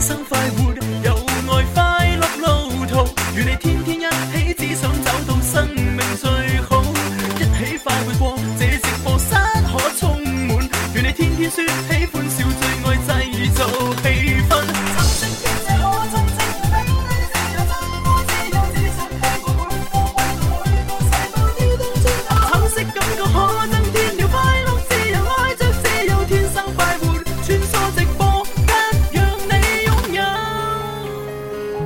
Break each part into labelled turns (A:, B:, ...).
A: 生快活，由愛快樂路途，與你天天一起，只想找到生命最好。一起快活過，這直播室可充滿，與你天天說喜歡笑，最愛製造氣氛。橙色感覺可增添了快樂，自由愛着，自由天生快活，穿梭直播，一樣你擁有。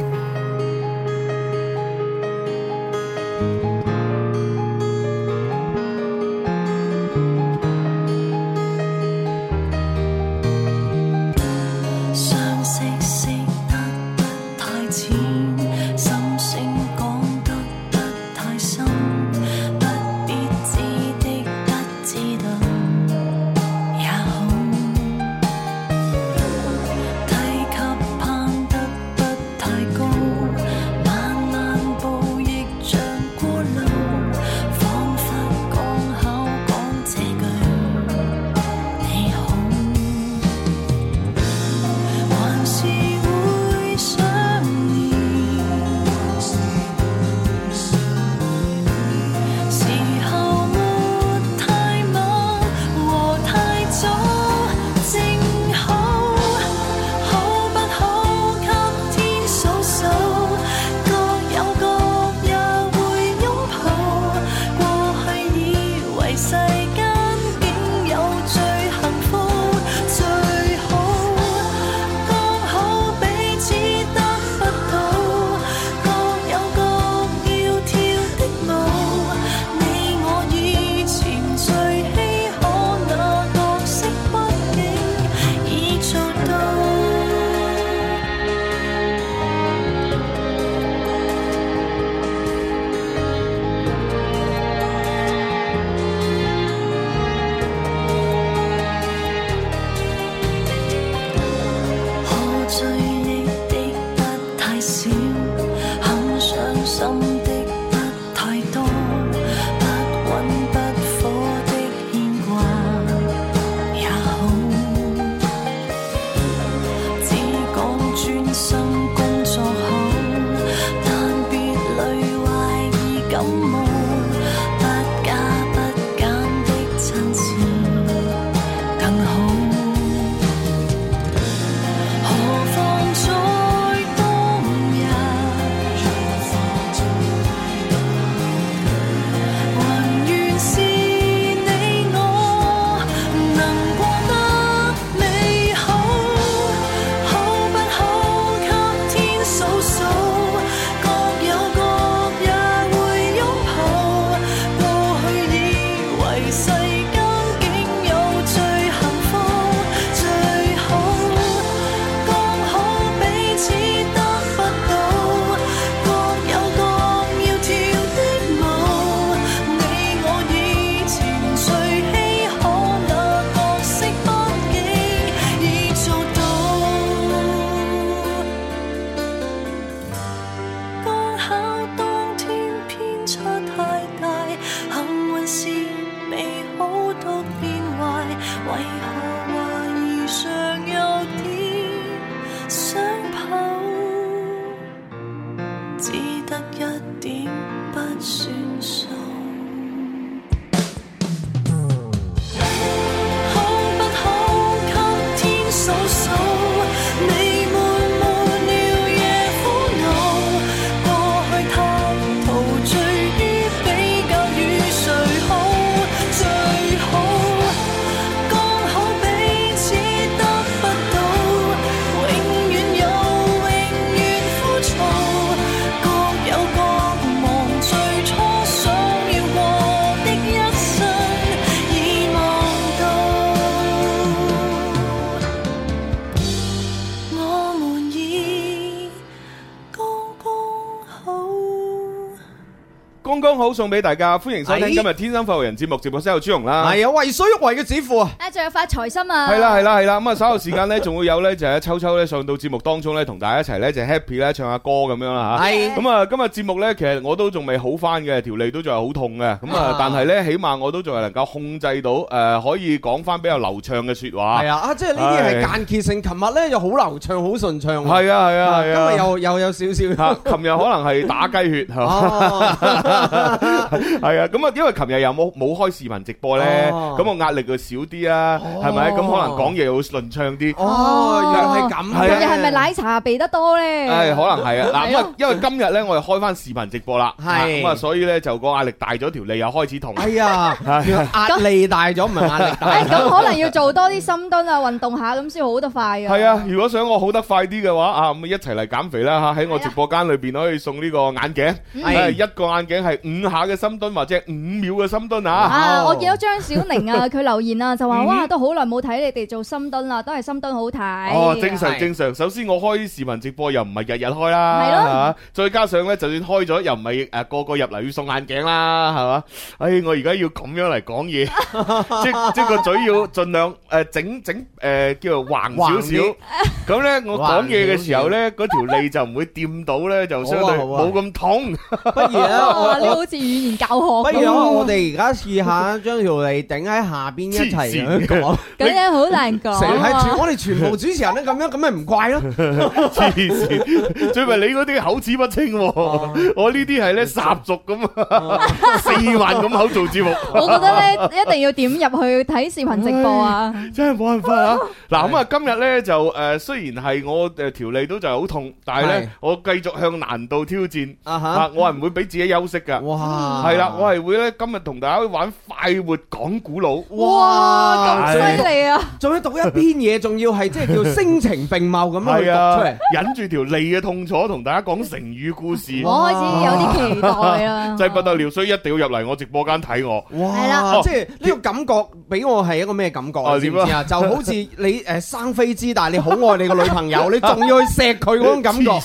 B: 好送俾大家，歡迎收聽
C: 哎
B: 今日天生發育人節目，直播室有朱容啦。
C: 係啊，為所欲為嘅指父啊，
D: 啊，仲有發財心啊！
B: 係啦係啦係啦，咁啊稍後時間咧，仲會有咧就係秋秋咧上到節目當中咧，同大家一齊咧就 happy 咧唱下歌咁樣啦吓。
C: 係
B: 咁啊，今日節目咧，其實我都仲未好翻嘅，條脷都仲係好痛嘅。咁啊
C: 啊，
B: 但係咧，起碼我都仲係能夠控制到，誒可以講翻比較流暢嘅説話。
C: 係啊，啊即係呢啲係間歇性，琴日咧又好流暢，好順暢喎。
B: 係啊係啊係啊！
C: 今日又又有少
B: 嚇
C: 少。
B: 琴日可能係打雞血係嘛？
C: 哦，
B: 係啊，咁啊，因為琴日又冇冇開視頻直播咧，
C: 哦
B: 咁我壓力就少啲啊，係咪？咁可能講嘢會順暢啲。
C: 哦，原來係
B: 係
C: 咁
D: 今
B: 啊
D: 日
C: 嘅。
D: 係咪奶茶備得多咧？
B: 唉，可能 係啊，嗱，
D: 係
B: 咁啊
D: 啊，
B: 因為今日咧，我哋開翻視頻直播啦，
C: 係
B: 咁啊，所以咧就個壓力大咗，條脷又開始痛。
C: 哎呀，原來
B: 啊
C: 壓力大咗，唔係壓力大。
D: 唉，咁可能要做多啲深蹲啊，運動下咁先好得快啊！
B: 係啊，如果想我好得快啲嘅話啊，咁一齊嚟減肥啦吓！喺我直播間裏邊可以送呢個眼鏡，係一個眼鏡係五下嘅深蹲或者五秒嘅深蹲啊！
D: 啊！
C: 哦
D: 我見到張小寧啊，佢留言啊，就話：哇，都好耐冇睇你哋做深蹲啦，都係深蹲好睇。
B: 哦，正常
C: 係
B: 正常。首先我開視頻直播又唔係日日開啦，
D: 係咯
B: 嘛再加上咧，就算開咗又唔係誒個個入嚟要送眼鏡啦，係嘛？唉，我而家要咁樣嚟講嘢， 即即個嘴要盡量誒整整誒叫做橫少
C: 橫啲
B: 少。咁咧，我講嘢嘅時候咧，嗰條脷就唔會掂到咧，就相對
C: 好啊好啊
B: 冇 咁痛。
C: 不如咧，我
D: 哦哇！呢個嗯好似語言教學
C: 不
D: 咁。
C: 如我哋而家試下將條脷頂喺下邊一齊講，
D: 咁樣好難講
C: 成係全
D: 啊。
C: 我哋全部主持人都咁樣，咁咪唔怪咯。
B: 黐線，最咪你嗰啲口齒不清喎，我呢啲係咧霎俗咁啊，四萬咁口做節目。
D: 我覺得咧，一定要點入去睇視頻直播啊！
B: 真係冇辦法啊！嗱咁啊，今日咧就誒，雖然係我誒條脷都就係好痛，但係咧
C: 係
B: 我繼續向難度挑戰
C: 啊
B: 啊
C: 哈！！
B: 我係唔會俾自己休息噶，
C: 哇，
B: 係啦，我係會咧今日同大家玩快活講古佬，
D: 哇！咁犀利啊！
C: 仲要讀一篇嘢，仲要係即係叫聲情並茂咁樣
B: 係
C: 去讀出
B: 啊
C: 嚟。，
B: 忍住條脷嘅痛楚，同大家講成語故事，
D: 我開始有啲期待啦。
B: 真係不得了，所以一定要入嚟我直播間睇我。
C: 哇！
D: 係啦
C: 即係呢個感覺俾我係一個咩感覺
B: 啊
C: 你知唔知啊？就好似你誒生飛枝，但係你好愛你個女朋友，你仲要去錫佢嗰種感覺
B: 黐，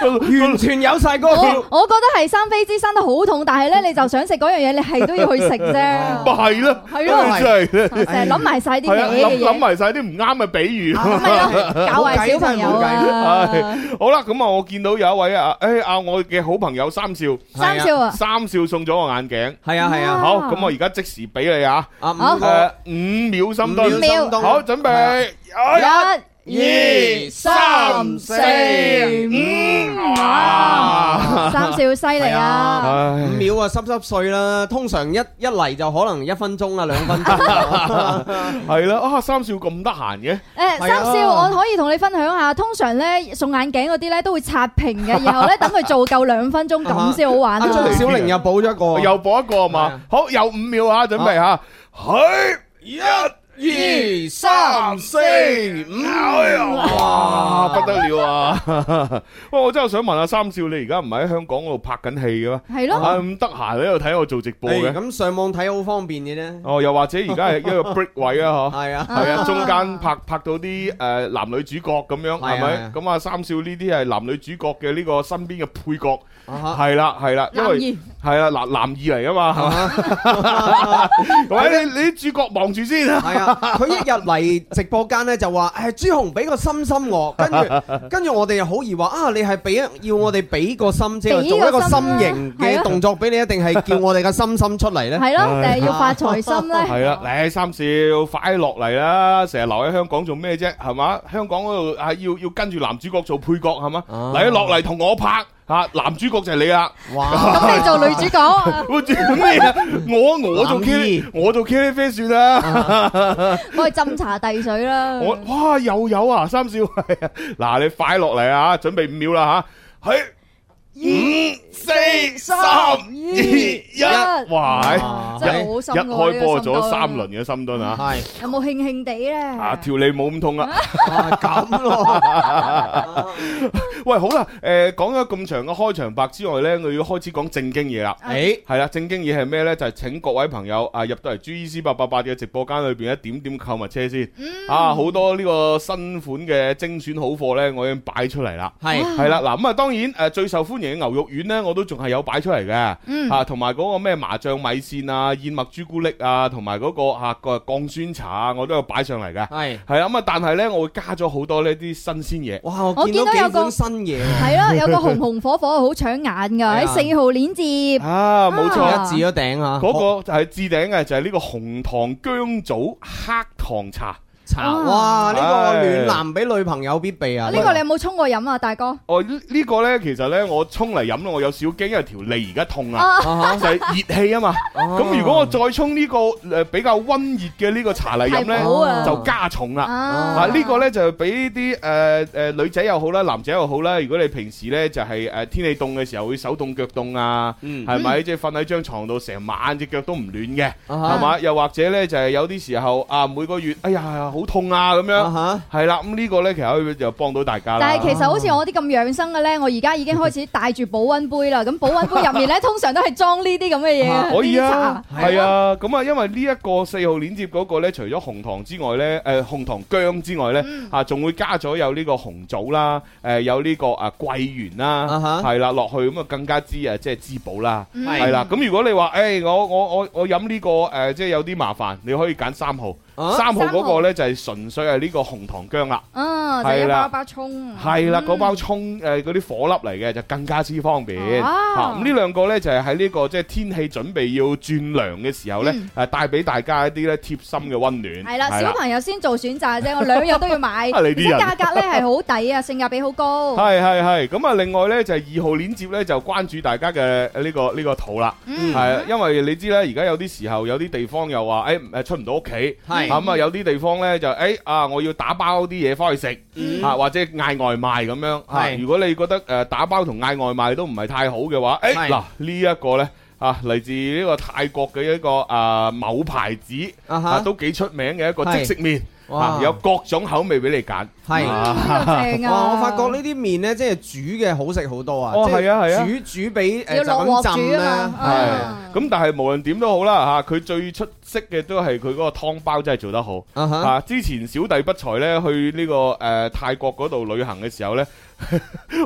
B: 線
C: 完全有晒嗰個 feel
D: 我我覺得係生飛枝生得好痛，但係咧你就想食嗰樣嘢，你係都要去食 啫。
B: 咪 係咯，
D: 係咯
B: 真係
D: 成日諗埋晒啲
B: 係啊，
D: 歪
B: 諗
D: 嘅
B: 諗
D: 嘢，
B: 埋晒啲唔啱嘅比喻。
D: 咁咪咯，教壞小朋友啊！
B: 好啦，咁啊，我見到有一位啊，誒啊，我嘅好朋友三少，
D: 三少啊！
B: 三少送咗我眼鏡。
C: 係啊係啊，
B: 好，咁我而家即時俾你啊，
C: 啊
D: 好
C: 五個
B: 誒，五秒深
D: 五
B: 蹲，
D: 秒
C: 心動
B: 好，準備，哎
D: 一、
C: 二三四嗯
B: 五
D: 哇！
B: 啊！
D: 三少犀利啊！
C: 五
B: 唉，
C: 秒啊濕濕碎啦，通常一一嚟就可能一分鐘啊兩分鐘啊，
B: 係啦，啊，三少咁得閒嘅，
D: 誒，三少，我可以同你分享下，通常咧送眼鏡嗰啲咧都會刷 屏嘅，然後咧等佢做夠兩分鐘咁先好玩
C: 阿
D: 啊！
C: 張小玲又補咗一個，
B: 又播一個啊嘛，好，有五秒啊，準備吓，去
C: 二三四五，
B: 哇，不得了啊！ 喂，我真係想問下三少，你而家唔係喺香港嗰度拍緊戲嘅咩？
D: 係
B: 啊
D: 咯，
B: 咁得閒喺度睇我做直播
C: 誒
B: 嘅，
C: 咁上網睇好方便嘅啫，
B: 哦，又或者 而家係一個 break 位啊，嗬。
C: 係啊。
B: 係啊，中間拍拍到啲誒男女主角咁樣，
C: 係啊
B: 係
C: 係
B: 咪
C: 啊？
B: 咁啊，三少呢啲係男女主角嘅呢個身邊嘅配角，
C: 啊哈
B: 係啦係啦，因
D: 男
B: 為
D: 二。
B: 係啦男男二嚟啊嘛，係 嘛？喂，你你啲主角望住先啊！
C: 系啊，佢一入嚟直播間咧就話：，诶，朱紅俾個心心我，跟 住跟住我哋又好疑惑啊！你係俾要我哋俾個心，即係
D: 俾
C: 做
D: 個
C: 一個
D: 心
C: 心
D: 啦
C: 形
D: 係
C: 嘅
D: 啊
C: 動作俾你，一定係叫我哋嘅心心出 嚟咧？
D: 係咯，定係要發財心咧？
B: 係啦，嚟三少快落嚟啦！成日留喺香港做咩啫？係嘛？香港嗰度啊，要要跟住男主角做配角係嘛？
C: 啊
B: 嚟落嚟同我拍嚇，男主角就係你啦！
C: 哇！
D: 咁你做女主角啊，
B: 我做咩啊？我我做
C: 男
B: K，我做 K F 算啦。
D: 啊我係斟茶遞水啦。
B: 我哇又有啊，三少 係啊嗱，你快落嚟啊，準備五秒啦吓，係五四三二一，哇！哎
D: 真
C: 係
D: 好深
B: 一
D: 㗎喎
B: 開波做咗三，
D: 呢個
B: 輪
D: 心嗯
B: 嘅深蹲啊，
C: 係
D: 有冇慶慶地咧？
B: 啊條脷冇咁痛啦。
C: 啊咁 咯，
D: 嗯
B: 喂，好啦，誒講咗咁長嘅開場白之外呢，我要開始講正經嘢啦。
C: 誒
B: 係啦，正經嘢係咩呢？就係、請各位朋友啊入到嚟 G C 八八八嘅直播間裏邊一點點購物車先。啊，好多呢個新款嘅精選好貨呢，我已經擺出嚟啦。
C: 係
B: 係啦，嗱咁啊，當然誒最受歡迎嘅牛肉丸呢，我都仲係有擺出嚟嘅。
D: 嗯
B: 啊，同埋嗰個咩麻醬米線啊、燕麥朱古力啊，同埋嗰個嚇個降酸茶啊，我都有擺上嚟嘅。
C: 係，
B: 係啊，咁啊，但係呢，我會加咗好多呢啲新鮮嘢。
C: 哇！我見到幾款新嘢喎，
D: 係咯，有個紅紅火火好搶眼㗎，喺
C: 係啊
D: 四號鏈接。
B: 啊，冇
D: 啊
B: 錯。
C: 一字咗頂啊，
B: 嗰個就係置頂嘅，就係呢個紅糖姜棗黑糖茶。
C: 茶，
D: 啊
C: 哇！呢個
B: 唉
C: 暖男俾女朋友必備啊，
D: 呢個你有冇沖過飲啊，大哥？
B: 哦，呢呢個呢，其實呢，我沖嚟飲咧，我有少驚，因為條脷而家痛啊，
D: 啊，
C: 啊
B: 就係熱氣啊 嘛。
C: 哈
D: 哦
B: 咁如果我再沖呢個誒比較温熱嘅呢個茶嚟飲
D: 太
B: 呢，
D: 補啊
B: 就加重啦。啊！
D: 啊
B: 呢個呢，就俾啲誒誒女仔又好啦，男仔又好啦。如果你平時呢，就係誒天氣凍嘅時候會手凍腳凍啊，
C: 嗯
B: 係咪？即係瞓喺張床度成晚隻腳都唔暖嘅。
C: 啊
B: 係
C: 哈
B: 嘛？又或者呢，就係有啲時候啊，每個月哎呀好痛啊咁
C: 啊
B: 樣，
C: 哈
B: 係啦。咁呢個呢，其實可以就幫到大家啦。
D: 但係其實好似我啲咁養生嘅咧，我而家已經開始帶住保温杯啦。咁保温杯入面咧，通常都係裝呢啲咁嘅 嘢
C: 啊
D: 嘅
B: 可以啊，
D: 啲茶
B: 係啊，咁啊，因為呢一個四號鏈接嗰個呢，除咗紅糖之外呢，誒紅糖姜之外呢，啊仲會加咗有呢個紅棗啦，誒有呢個啊桂圓啦，
C: 啊哈
B: 係啦落去咁啊更加之啊即係滋補啦，
D: 嗯
B: 係啦。咁如果你話誒我我我我飲呢個誒即係有啲麻煩，你可以揀三號，
C: 啊
B: 三號
D: 三號
B: 嗰個呢，就係純粹係呢個紅糖姜啦。
D: 啊，就一
B: 係
D: 包
B: 啦
D: 一包葱。
B: 係啦，
D: 嗯
B: 嗰包葱誒嗰啲火粒嚟嘅就更加之方便嚇。
D: 啊
B: 咁呢兩個呢，就係喺呢個即係天氣準備要轉涼嘅時候呢，
D: 嗯
B: 誒帶俾大家一啲咧貼心嘅温暖。
D: 係啦，小朋友先做選擇啫，我兩日都要買，
B: 啊你
D: 而
B: 啲
D: 且
B: 人
D: 價格咧係好抵啊，性價比好高。
B: 係係係，咁啊，另外呢，就係二號鏈接呢，就關注大家嘅呢個呢個肚啦，
D: 嗯
B: 係因為你知咧，而家有啲時候有啲地方又話誒誒出唔到屋企，
C: 係
B: 咁啊有啲地方呢，就誒啊我要打包啲嘢翻去食。
C: 嗯
B: 啊，或者嗌外賣咁樣啊。
C: 係
B: 如果你覺得誒、呃打包同嗌外賣都唔係太好嘅話，誒
C: 係
B: 嗱呢一個呢，啊，嚟自呢個泰國嘅一個啊某牌子
C: 啊
B: 啊
C: 哈
B: 都幾出名嘅一個
C: 係
B: 即食麵啊
C: 哇，
B: 有各種口味俾你揀。
C: 係。
D: 呢個正啊！
C: 哇！我發覺呢啲麵咧，即係煮嘅好食好多啊！
B: 哦
C: 即係
B: 係啊係啊
C: 煮煮俾誒
D: 要
C: 就
D: 落
C: 咁
D: 鑊
C: 浸
D: 煮
C: 咧，
D: 啊嘛
B: 係
D: 啊
B: 咁，但係無論點都好啦嚇，佢最出色嘅都係佢嗰個湯包真係做得好
C: 啊哈，
B: 啊！之前小弟不才呢，去呢、個誒、呃泰國嗰度旅行嘅時候呢，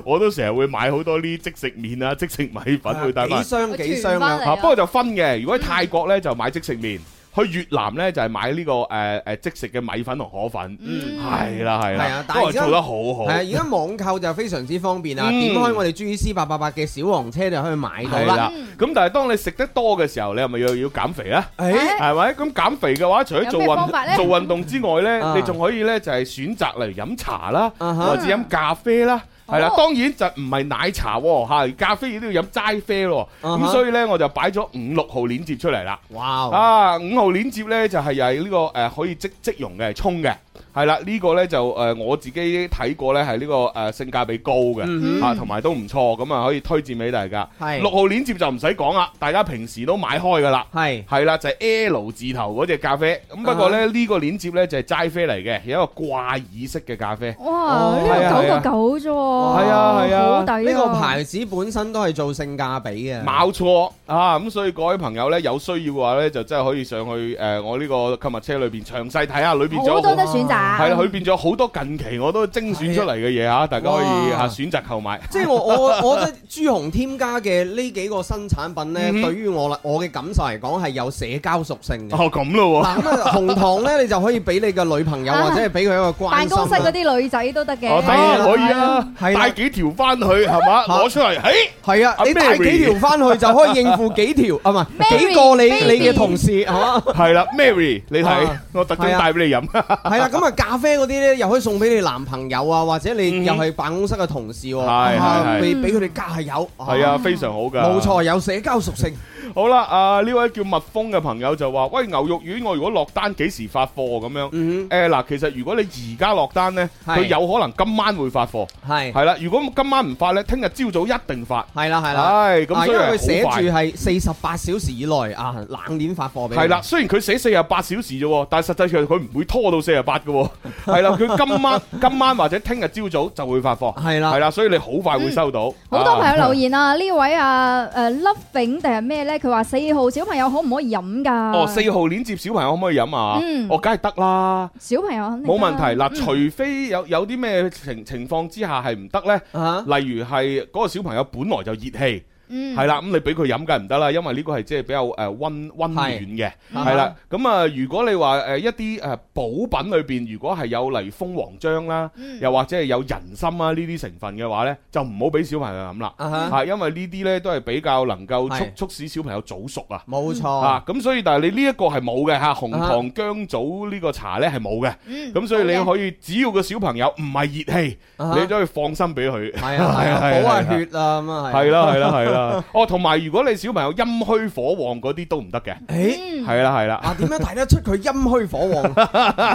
B: 我都成日會買好多呢即食麵啊、即食米粉去帶翻
C: 幾。箱幾箱
D: 我傳返嚟
C: 啊！嗯
B: 啊，不過就分嘅。如果喺泰國咧就買即食麵，去越南咧就係買呢個誒誒即食嘅米粉同河粉。
D: 嗯
B: 係啦係
C: 係
B: 啦
C: 啊，
B: 不
C: 但係
B: 過
C: 而家
B: 做得好
C: 係啊，
B: 好。
C: 而家網購就非常之方便啊！
B: 嗯
C: 點開我哋 G C 八八八嘅小黃車就可以買到
B: 係
C: 啦。
B: 啦，咁但係當你食得多嘅時候，你係咪又要減肥咧？
C: 誒
B: 係咪？咁減肥嘅話，除咗做
D: 有咩方法
B: 運
D: 呢
B: 做運動之外咧，
C: 啊
B: 你仲可以咧就係選擇例如飲茶啦，
C: 啊哈
B: 或者飲咖啡啦。係啦
D: 哦，
B: 當然就唔係奶茶喎，嚇咖啡亦都要飲齋啡咯。咁
C: 啊哈哦
B: 所以咧，我就擺咗五六號鏈接出嚟啦。
C: 哇！
B: 啊，五號鏈接呢，就係又係呢個誒、呃可以即即溶嘅，係沖嘅，係啦，呢、個呢，就誒、呃我自己睇過呢，係呢、個誒、呃性價比高嘅，
C: 嗯
B: 啊同埋都唔錯，咁啊可以推薦俾大家。
C: 係
B: 六號鏈接就唔使講啦，大家平時都買開噶啦。
C: 係
B: 係啦，就係 L 字頭嗰只咖啡，咁不過呢，
C: 啊
B: 呢個鏈接呢，就係齋啡嚟嘅，有一個掛耳式嘅咖啡。
D: 哇，
C: 哦
B: 係啊係啊
D: 呢個九個九啫喎，
B: 係啊係啊
D: 好抵
C: 呢
D: 啊
C: 個牌子本身都係做性價比嘅。
B: 冇錯啊！咁所以各位朋友呢，有需要嘅話呢，就真係可以上去誒、呃我呢個購物車裏邊詳細睇下裏邊仲有
D: 好
B: 好
D: 多得選擇，
B: 係啦，佢變咗好多近期我都精選出嚟嘅嘢啊，大家可以嚇
C: 哇
B: 選擇購買。
C: 即係我 我我覺得朱紅添加嘅呢幾個新產品呢，
B: 嗯哼
C: 對於我啦我嘅感受嚟講係有社交屬性嘅。
B: 哦，咁咯喎。
C: 嗱咁啊，紅糖咧你就可以俾你嘅女朋友或者係俾佢一個關
D: 辦
C: 心啦。
D: 公室嗰啲女仔都得嘅，
B: 哦，
C: 當然
B: 得可以啊，
C: 係啦
B: 帶幾條翻去係嘛，攞出嚟，嘿，
C: 係啊，
B: 阿
C: 你帶
B: Mary
C: 幾條翻去就可以應付幾條啊，唔係
D: Mary，
C: 幾個你
D: Mary
C: 你嘅同事嚇。
B: 係啦，Mary，你睇
C: 啊，
B: 我特登
C: 係啊
B: 帶俾你飲。
C: 係啦，咁啊咖啡嗰啲咧又可以送俾你男朋友啊，或者
B: 嗯
C: 你又係辦公室嘅同事喎，
B: 係係
C: 啊
B: 係
C: 俾俾佢哋加下油。
B: 係啊，非常好㗎。
C: 冇錯，有社交屬性。
B: 好啦，啊呢位叫蜜蜂嘅朋友就話：，喂牛肉丸，我如果落單幾時發貨咁樣？
C: 嗯
B: 誒嗱，其實如果你而家落單呢，
C: 係
B: 佢有可能今晚會發貨，
C: 哼，系
B: 係啦。如果今晚唔發呢，聽日朝早一定發。
C: 系啦系啦，
B: 係咁，
C: 啊
B: 所
C: 因
B: 以
C: 為佢寫
B: 係好快
C: 住係四十八小時以內啊，冷鏈發貨俾你
B: 系啦，，雖然佢寫四十八小時啫喎，但係實際上佢唔會拖到四十八嘅喎。係啦，佢今晚今晚或者聽日朝早就會發貨。
C: 係啦
B: 係啦，所以你好快會收到。
D: 好多朋
B: 啊
D: 友留言啊，呢位啊誒 loving 定係咩咧？佢話四號小朋友可唔可以飲㗎？
B: 哦，四號鏈接小朋友可唔可以飲啊？
D: 嗯
B: 哦，梗係得啦，
D: 小朋友肯定
B: 冇問題。嗱，
D: 嗯
B: 除非有有啲咩情情況之下係唔得呢，
C: 啊
B: 例如係嗰個小朋友本來就熱氣，
D: 嗯
B: 係啦，咁你俾佢飲梗係唔得啦，因為呢個係即係比較誒温温暖嘅，
C: 嗯
B: 係啦。咁啊，如果你話誒一啲誒補品裏邊，如果係有例如蜂王漿啦。
D: 嗯
B: 又或者係有人參啊呢啲成分嘅話呢，就唔好俾小朋友飲啦，
C: 啊哈，
B: 嚇，因為呢啲呢都係比較能夠
C: 係
B: 促促使小朋友早熟啊。
C: 冇
B: 啊
C: 錯，，
B: 咁所以但係你呢一個係冇嘅嚇，紅
C: 啊
B: 糖姜棗呢個茶呢係冇嘅，
D: 嗯
B: 咁所以你
D: 好嘅
B: 可以只要個小朋友唔係熱氣，
C: 啊哈
B: 你都可以放心俾 佢。
C: 係啊係啊，補下血啊咁啊係。
B: 係 啦係啦係啦，哦，同埋如果你小朋友陰虛火旺嗰啲都唔得嘅，
C: 誒
D: 嗯
B: 係啦係啦，
C: 啊，點樣睇得出佢陰虛火 旺？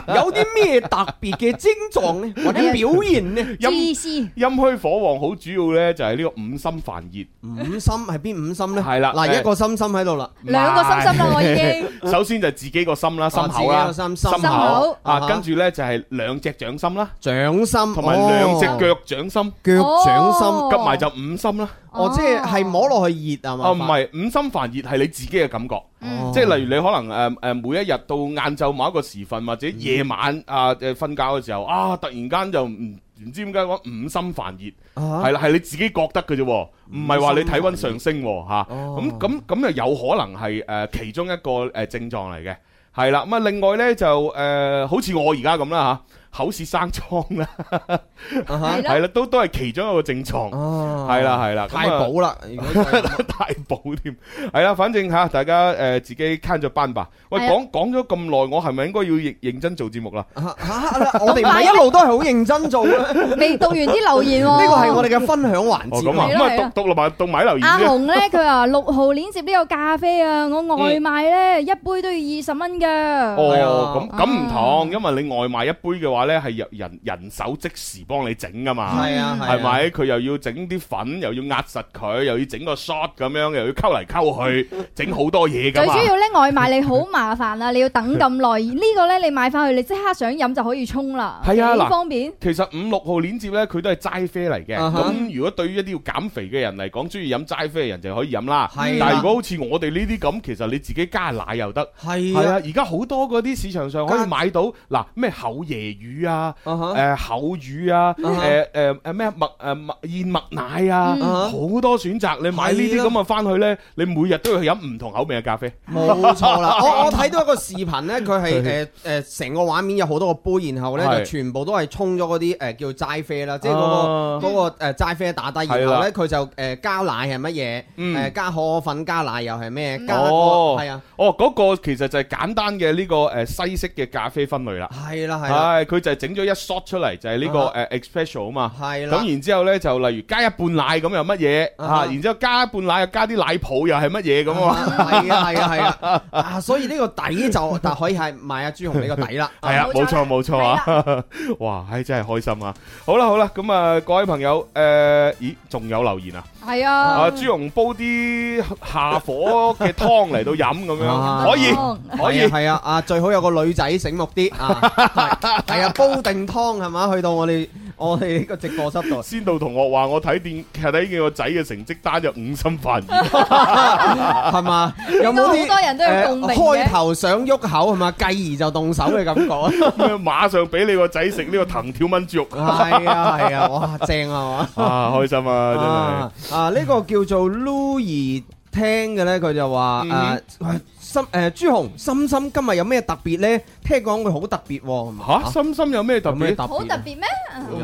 C: 有啲咩特別嘅症狀 呢？或者表現呢？
D: 注
B: 陰
D: 意先。
B: 陰虛火旺好主要呢就係呢個五心煩熱。
C: 五心係邊五心呢？
B: 係啦誒
C: 嗱一個心心喺度啦，
D: 兩個心心啦，我已經
B: 首先就自己個心啦，心口
C: 哦
B: 啦，
C: 自己個心心
D: 口
B: 啊
C: 啊，
B: 跟住呢就係兩隻掌心啦，
C: 掌心
B: 同埋兩隻腳掌
C: 哦
B: 心，
C: 腳掌心，
D: 哦
B: 夾埋就五心啦。
C: 哦，即係係摸落去熱係嘛？
B: 啊，唔係五心煩熱係你自己嘅感覺，
D: Ừ.
C: 哦，
B: 即係例如你可能誒誒每一日到晏晝某一個時分或者夜晚啊誒瞓覺嘅時候啊，突然間就唔。唔知點解講五心煩熱，
C: 啊
B: 係啦，係你自己覺得嘅啫喎，唔係話你體温上升喎嚇，
C: 哦
B: 咁咁咁又有可能係誒其中一個誒症狀嚟嘅，係啦。咁啊，另外呢，就誒好似我而家咁啦嚇，口舌生瘡啦，
C: 啊哈
D: 係
B: 係
D: 啦，
B: 啦，都都係其中一個症狀，
C: 哦
B: 係啦係啦，咁啊
C: 太補啦，如果真 係
B: 太保添，係啦，反正吓大家诶自己慳咗班吧。喂，
D: 係啊
B: 講講咗咁耐，我係咪應該要認認真做節目啦？
C: 啊啊我哋哦唔係一路都係好認真做嘅，呢
D: 未讀完啲留言喎。
C: 個係我哋嘅分享環
B: 哦，
C: 節
B: 咁啊，
C: 嘛。
D: 係
B: 咁
D: 啦
B: 啊
D: 係啦
B: 讀讀落埋讀埋留言
D: 阿
B: 啫。
D: 紅咧，佢話六號鏈接呢個咖啡啊，我外賣咧一杯都要二十蚊㗎。
C: 係啊
B: 哦，咁咁唔
D: 啊
B: 同，因為你外賣一杯嘅話呢，係人人手即時幫你整噶嘛，
C: 係啊，
B: 係
C: 係啊？
B: 咪？佢又要整啲粉，又要壓實佢，又要整個 shot 咁樣，又要溝嚟溝去， 整好多嘢噶
D: 最
B: 嘛
D: 主。要咧，外賣你好麻煩啊，你要等咁耐。呢個咧，你買翻去，你即刻想飲就可以沖啦，
B: 係啊
D: 幾
B: 嗱
D: 方便。
B: 其實五六號鏈接呢，佢都係齋啡嚟嘅。
C: 啊哈
B: 咁如果對於一啲要減肥嘅人嚟講，中意飲齋啡嘅人就可以飲啦。
C: 係啊
B: 但係如
C: 啦，
B: 果好似我哋呢啲咁，其實你自己加奶又得。係
C: 係
B: 啊，
C: 啊，
B: 而家好多嗰啲市場上可以買到嗱咩厚椰魚啊，
C: 啊哈
B: 誒厚魚啊，
C: 啊哈
B: 誒誒誒咩麥誒麥燕麥奶啊，
C: à.
D: 嗯
B: 好多選擇。你買呢啲咁嘅翻去呢，你每日都要飲唔同口味嘅咖啡。
C: 冇錯 啦，我我睇到一個視頻咧，佢係誒誒成個畫面有好多個杯，然後咧
B: 係
C: 就全部都係沖咗嗰啲誒叫齋啡啦，即係嗰
B: 啊
C: 個嗰個誒齋啡打低，
B: 係
C: 然
B: 啦
C: 後咧佢就誒加奶係乜嘢，
B: 嗯
C: 誒加可可粉加奶又係咩，加一個
B: 哦
C: 係啊，
B: 哦，嗰個其實就係簡單嘅呢個誒西式嘅咖啡分類啦。
C: 係啦係啦
B: 係，佢就係整咗一 shot 出嚟，就係呢個
C: 啊
B: 誒 espresso 啊嘛。
C: 係啦
B: 咁，然之後咧就例如加一半奶咁又乜嘢
C: 啊
B: 啊？然之後加一半奶又加啲奶泡又係乜嘢咁啊？
C: 係啊係啊係啊， 啊所以呢個底就 但可以係買阿朱紅呢個底啦，
B: 係啊，冇
D: 冇
B: 錯
D: 錯
B: 冇錯啊！ 哇，唉真係開心啊！好啦好啦，咁啊各位朋友，誒，咦仲有留言啊？
D: 係
B: 啊
C: 嗯
D: 啊，
B: 朱紅煲啲下火嘅湯嚟到飲咁樣，
C: 啊
D: Ờ,
B: 可以
D: 哦
B: 可以
C: 係啊，係啊啊最好有個女仔醒目啲啊，係係啊，煲定湯係嘛，去到我哋我哋呢個直播室度。
B: 先到同學話我睇電睇見個仔嘅成績單就五心煩意，
C: 係 嘛？有冇啲
D: 應該好多人都有共鳴
C: 誒
D: 嘅
C: 開頭想喐口係嘛，繼而就動手嘅感覺啊！
B: 馬上俾你個仔食呢個藤條炆豬肉
C: 係啊係啊，哇正 啊
B: 啊！開心
C: 係
B: 啊， 真係
C: 嘛！啊呢個叫做 Louis 聽嘅咧，佢就話誒
B: 嗯
C: 心誒朱紅心心今日有咩特別咧？聽講佢好特別喎，
B: 吓心心有咩特
C: 啊有咩
B: 別？
C: 特別？
D: 好特別咩？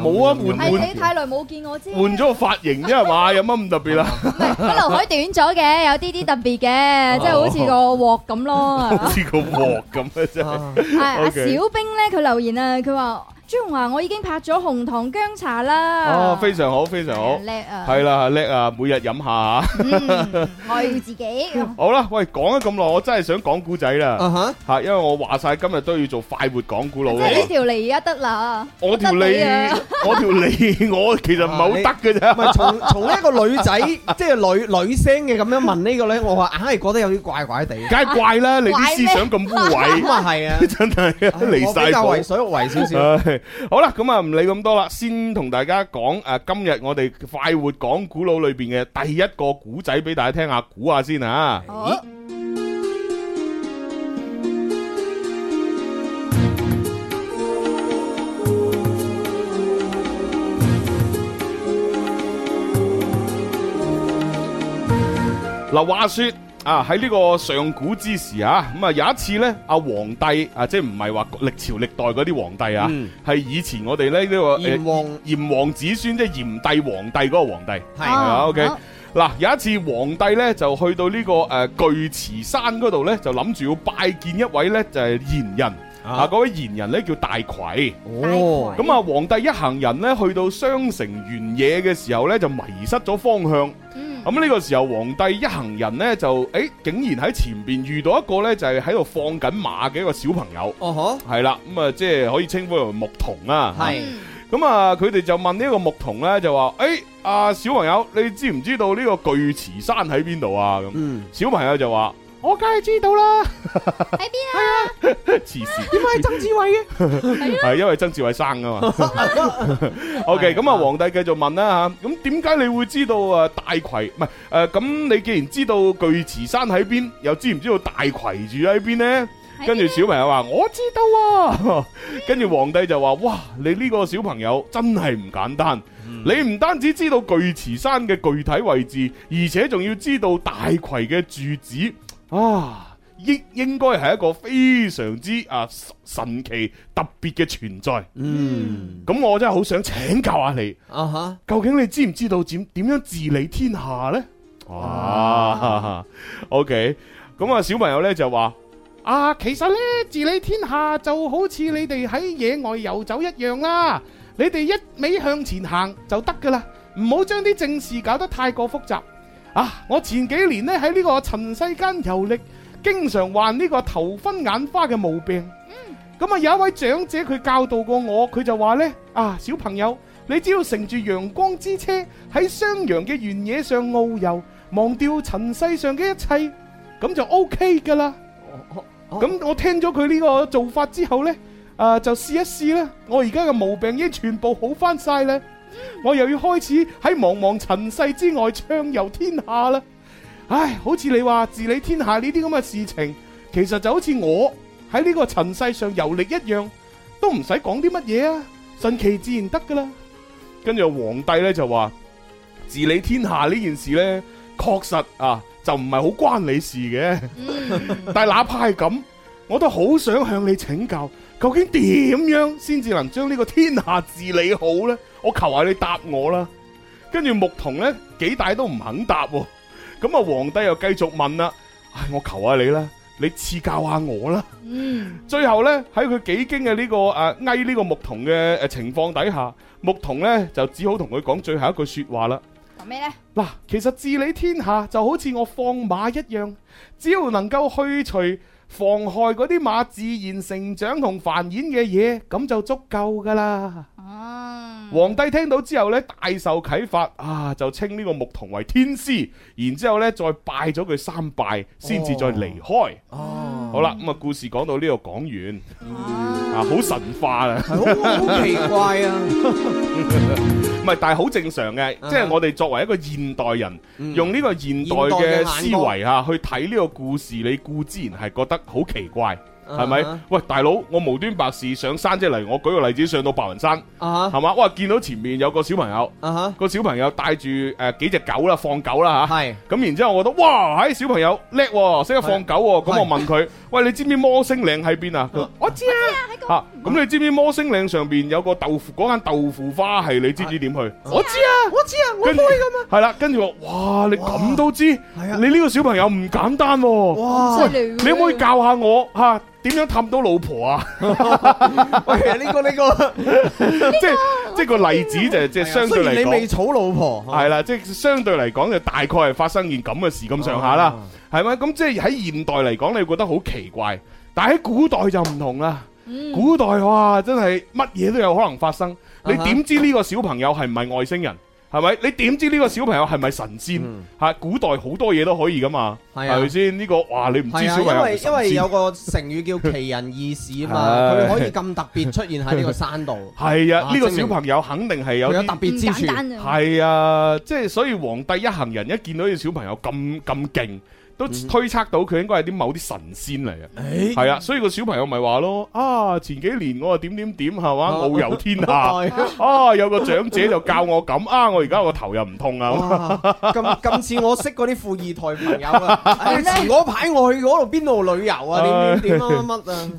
B: 冇啊，換
D: 係你
B: 換
D: 太耐冇見我知。
B: 換咗個髮型啫係嘛，有乜咁特別啊 啦？
D: ờ, 唔係，佢劉海短咗嘅，有啲啲特別嘅，即係好似個鑊咁咯，係嘛？
B: 好似個鑊咁嘅啫。
C: 啊
D: 啊，阿
B: OK。
D: 小冰呢，佢留言啊，佢話，朱紅啊，我已經拍咗紅糖姜茶
C: 啊
D: 啦。
B: 哦，非常好，非常好，
D: 叻啊！
B: 系啦，叻啊，每日飲下 吓。
D: 嗯，愛護自己。
B: 好啦，喂，講咗咁耐，我真係想講古仔啦
C: 啊哈，
B: 吓，因為我話晒今日都要做快活講古佬
D: 即
B: 啊嘛
D: 係呢條脷而家得啦。
B: 我條脷
D: 得
C: 啊
D: 你，
B: 我條脷，我其實唔係好得嘅啫。
C: 唔係從 從呢一個女仔，即係女女聲嘅咁樣問呢個咧，我話硬係覺得有啲怪怪地。
B: 梗係怪啦，你啲思想咁污
C: 咁
B: 衊，
C: 啊係啊，
B: 真 係啊離
C: 我比
B: 晒
C: 較為
B: 譜。
C: 所欲為少少。
B: 唉好啦，咁啊唔理咁多啦，先同大家講啊，今日我哋快活講古佬裏邊嘅第一個古仔俾大家聽下，估下先啊。
D: 好，
B: 嗱，話說啊，喺呢個上古之時啊，咁啊有一次呢，阿皇帝啊，即係唔係話歷朝歷代嗰啲皇帝啊，
C: 嗯
B: 係、以前我哋咧呢個誒
C: 炎黃
B: 炎黃子孫，即係炎帝皇帝嗰個皇帝。
C: 係
B: 啊
D: 哦
B: ，OK
D: 好
B: 嗱，有一次皇帝呢，就去到呢、個誒、呃巨池山嗰度呢，就諗住要拜見一位呢，就係、賢人啊，嗰位賢人呢，叫大葵。
C: 哦
B: 咁啊，皇帝一行人呢，去到雙城原野嘅時候呢，就迷失咗方向。
D: 嗯
B: 咁呢個時候，皇帝一行人呢，就誒、欸竟然喺前邊遇到一個呢，就係喺度放緊馬嘅一個小朋友，
C: 哦
B: 係啦，咁啊即係可以稱呼為牧童啦。
C: 呵，係
D: 嗯
B: 咁啊，佢哋就問呢個牧童呢，就話：，誒、啊小朋友，你知唔知道呢個巨池山喺邊度啊？咁
C: 嗯，
B: 小朋友就話：我梗係知道啦，
D: 喺邊啊？
B: 慈善
C: 點解係曾志偉嘅？
B: 係因為曾志偉生噶 嘛。OK，咁啊，皇帝繼續問啦吓，咁點解你會知道啊大葵唔係誒？咁你既然知道巨池山喺邊，又知唔知道大葵住喺邊呢？
D: 喺邊
B: 跟住小朋友話我知道啊，跟住皇帝就話：哇，你呢個小朋友真係唔簡單。你唔單止知道巨池山嘅具體位置，而且仲要知道大葵嘅住址啊！應應該係一個非常之啊神奇特別嘅存在。
C: 嗯
B: 咁我真係好想請教下你，
C: 啊哈，
B: 究竟你知唔知道點點樣治理天下呢？哇，OK，咁啊，小朋友呢就話。啊，其實呢，治理天下就好似你哋喺野外遊走一樣啦。你哋一味向前行就得噶啦，唔好將啲政事搞得太過複雜。啊，我前幾年呢喺呢個塵世間遊歷，經常患呢個頭昏眼花嘅毛病。咁啊，有一位長者佢教導過我，佢就話呢：「啊，小朋友，你只要乘住陽光之車喺襄陽嘅原野上遨遊，忘掉塵世上嘅一切，咁就 O K 噶啦。
C: 咁
B: 咁我聽咗佢呢個做法之後呢，啊、就試一試啦。我而家嘅毛病已經全部好翻晒啦，我又要開始喺茫茫塵世之外暢遊天下啦。唉，好似你話治理天下呢啲咁嘅事情，其實就好似我喺呢個塵世上遊歷一樣，都唔使講啲乜嘢啊，順其自然得噶啦。跟住皇帝呢就話治理天下呢件事呢，確實啊就唔係好關你事嘅。
D: 嗯
B: 但係哪怕係咁，我都好想向你請教，究竟點樣先至能將呢個天下治理好呢？我求下你答我啦。跟住牧童呢，幾大都唔肯答喎。咁啊，皇帝又繼續問啦：，唉，我求下你啦，你賜教下我啦。
D: 嗯，
B: 最後呢，喺佢幾經嘅呢、個誒翳呢個牧童嘅誒情況底下，牧童呢就只好同佢講最後一句說話啦。
D: 講咩咧？
B: 嗱，其實治理天下就好似我放馬一樣，只要能夠去除妨害嗰啲馬自然成長同繁衍嘅嘢，咁就足夠噶啦。
D: 哦，
B: 皇帝聽到之後呢，大受啟發啊，就稱呢個牧童為天師，然之後咧再拜咗佢三拜，先至再離開。
C: 哦，
B: 好啦，咁啊故事講到呢度講完
D: 啊
B: 啊，好神化啦。
C: 係好好奇怪啊！
B: 唔係，但係好正常嘅，
C: 啊
B: 即係我哋作為一個現代人，
C: 嗯
B: 用呢個現代
C: 現代嘅
B: 嘅
C: 眼光
B: 思維嚇去睇呢個故事，你固之然係覺得好奇怪，係咪
C: 啊？
B: 喂，大佬，我無端白事上山，即係例如我舉個例子，上到白雲山
C: 啊哈
B: 係嘛？哇，見到前面有個小朋友，
C: 啊
B: 個小朋友帶住誒幾隻狗啦，放狗啦
C: 哈，
B: 嚇。
C: 係
B: 咁然之後，我覺得哇，喺小朋友叻喎，識得放狗喎。咁
C: 係
B: 我問佢，喂，你知唔知摩星嶺喺邊啊？佢話我知啊。吓，咁你知唔知摩星嶺上邊有個豆腐嗰間豆腐花係？你知唔知點去？我知啊。
C: 我知啊，我
B: 跟
C: 開
B: 住
C: 噶嘛。
B: 係啦，跟住我，哇！你咁都知，
C: 係啊
B: 你呢個小朋友唔簡單喎。
C: 哇！
D: 犀利
B: 你可唔可以教下我吓點樣氹到老婆啊？
C: 喂，呢個呢個，
B: 即係即係個例子就係即係相對
C: 雖然
B: 嚟
C: 你
B: 講
C: 未。娶老婆，
B: 系啦，即係相對嚟講就大概係發生件咁嘅事咁上下啦，係咪？咁即係喺現代嚟講，你會覺得好奇怪，但係喺古代就唔同啦。古代哇，真係乜嘢都有可能發生。你
C: 啊哈
B: 點知呢個小朋友係唔係外星人？係咪？你點知呢個小朋友係咪神仙？吓，古代好多嘢都可以噶嘛，
C: 係啊
B: 係咪先？呢個哇，你唔知
C: 係啊，
B: 小朋
C: 因
B: 友係咪
C: 為因為
B: 神
C: 有
B: 仙？
C: 個成語叫奇人異事啊嘛，
B: 係
C: 佢可以咁特別出現喺呢個山度，
B: 係啊，
C: 啊
B: 呢個
C: 證
B: 小
C: 明
B: 朋友肯定係有
C: 佢有
B: 啲
C: 特別之處。
D: 嗯
B: 係啊，即係所以皇帝一行人一見到啲小朋友咁咁勁，都推測到佢應該係啲某啲神仙嚟啊。
C: 誒
B: 係啊，所以個小朋友咪話咯，啊前幾年我啊點點點係嘛，
C: 啊
B: 遨遊天 下，啊有個長者就教我咁，啊我而家個頭又唔痛啊。
C: 哇！咁咁似我識嗰啲富二代朋 友啊！唉前嗰排我去嗰度邊度旅遊啊？點點點乜乜乜啊！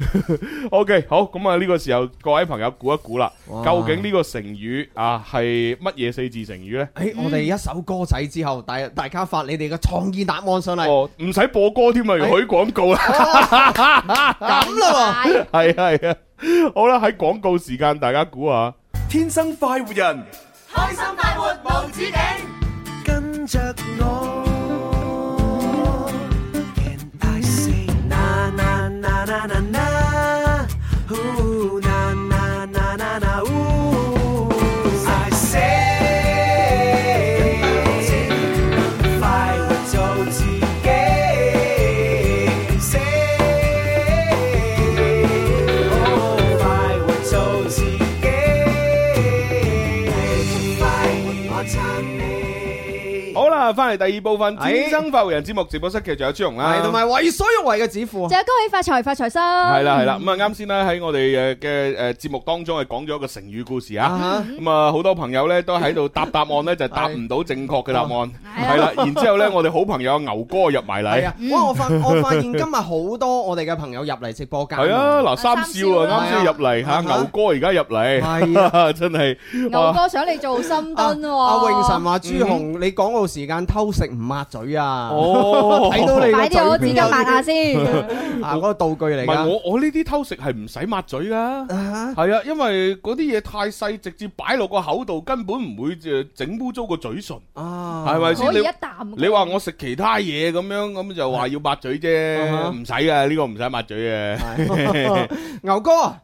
B: O K，好，咁啊呢個時候各位朋友估一估啦，
C: 哇
B: 究竟呢個成語啊係乜嘢四字成語呢？
C: 诶，哎我哋一首歌仔之後，大大家發你哋嘅創意答案上嚟，
B: 嗯哦，唔使播歌添啊，許廣告啦。
C: 咁啦
D: 喎，
B: 係啊係啊，好啦，喺廣告時間大家估下。
E: 天生快活人，
F: 开心快活无止境，
E: 跟着我。And I say na na na na na na, ooh na na na na na ooh. I say 快活做自己，say 快活做自己，快活我撐你。
B: 好啦，翻嚟第二部分《
C: 哎
B: 天生發育人》節目直播室，其實仲有朱紅
C: 喎，係同
B: 啦。
C: 埋為所欲為嘅指父，
B: 係啦係啦，咁啊啱先咧喺我哋誒嘅誒節目當中係講咗一個成語故事啊，
C: 啊
B: 咁啊好多朋友咧都喺度答答案咧就答唔到正確嘅答案，係啦，然之後咧我哋好朋友牛哥入埋
C: 係
B: 嚟，
C: 啊！哇！我發我發現今日好多我哋嘅朋友入嚟直播間，
B: 係啊，嗱三少啊啱先入嚟嚇，
C: 啊
B: 牛哥而家入
C: 係
B: 嚟， 真係哇
C: 啊阿榮神話朱紅，你港澳時間偷食唔抹嘴啊！
B: 嗯哦
C: 睇到你個嘴邊有啊，嗰個道具
B: 唔
C: 嚟
B: 係
C: 㗎。
B: 我我呢啲偷食係唔使抹嘴噶。
C: 啊
B: 係啊，因為嗰啲嘢太細，直接擺落個口度，根本唔會誒整污糟個嘴唇，
C: 啊，
B: 係咪先？你你話我食其他嘢咁樣，咁就話要抹嘴啫，
C: 啊
B: 唔使啊，呢個唔使抹嘴嘅。
C: 係 牛哥啊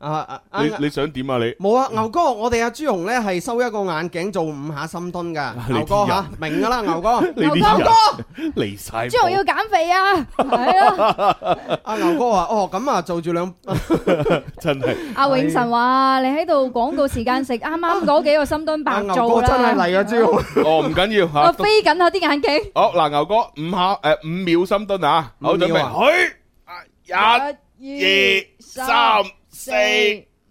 C: 啊啊！
B: 你你想點啊你？
C: 冇啊，牛哥，我哋阿朱紅咧係收一個眼鏡做五下深蹲㗎。
B: 你
C: 牛哥
B: 啲人
C: 吓，明㗎啦，牛 哥。
B: 你啲人離晒譜。
C: 阿牛哥話：哦，咁啊，做住兩
B: 真係
D: À,
C: 阿牛哥真係嚟 啊，朱紅。
B: 哦，唔緊要
D: Ờ,
B: 吓。都好嗱，牛哥五下誒五秒深蹲啊，好
C: 五
B: 準
C: 秒
B: 備，
C: 啊
B: 去
D: Ờ,
B: 啊一、二、三、四、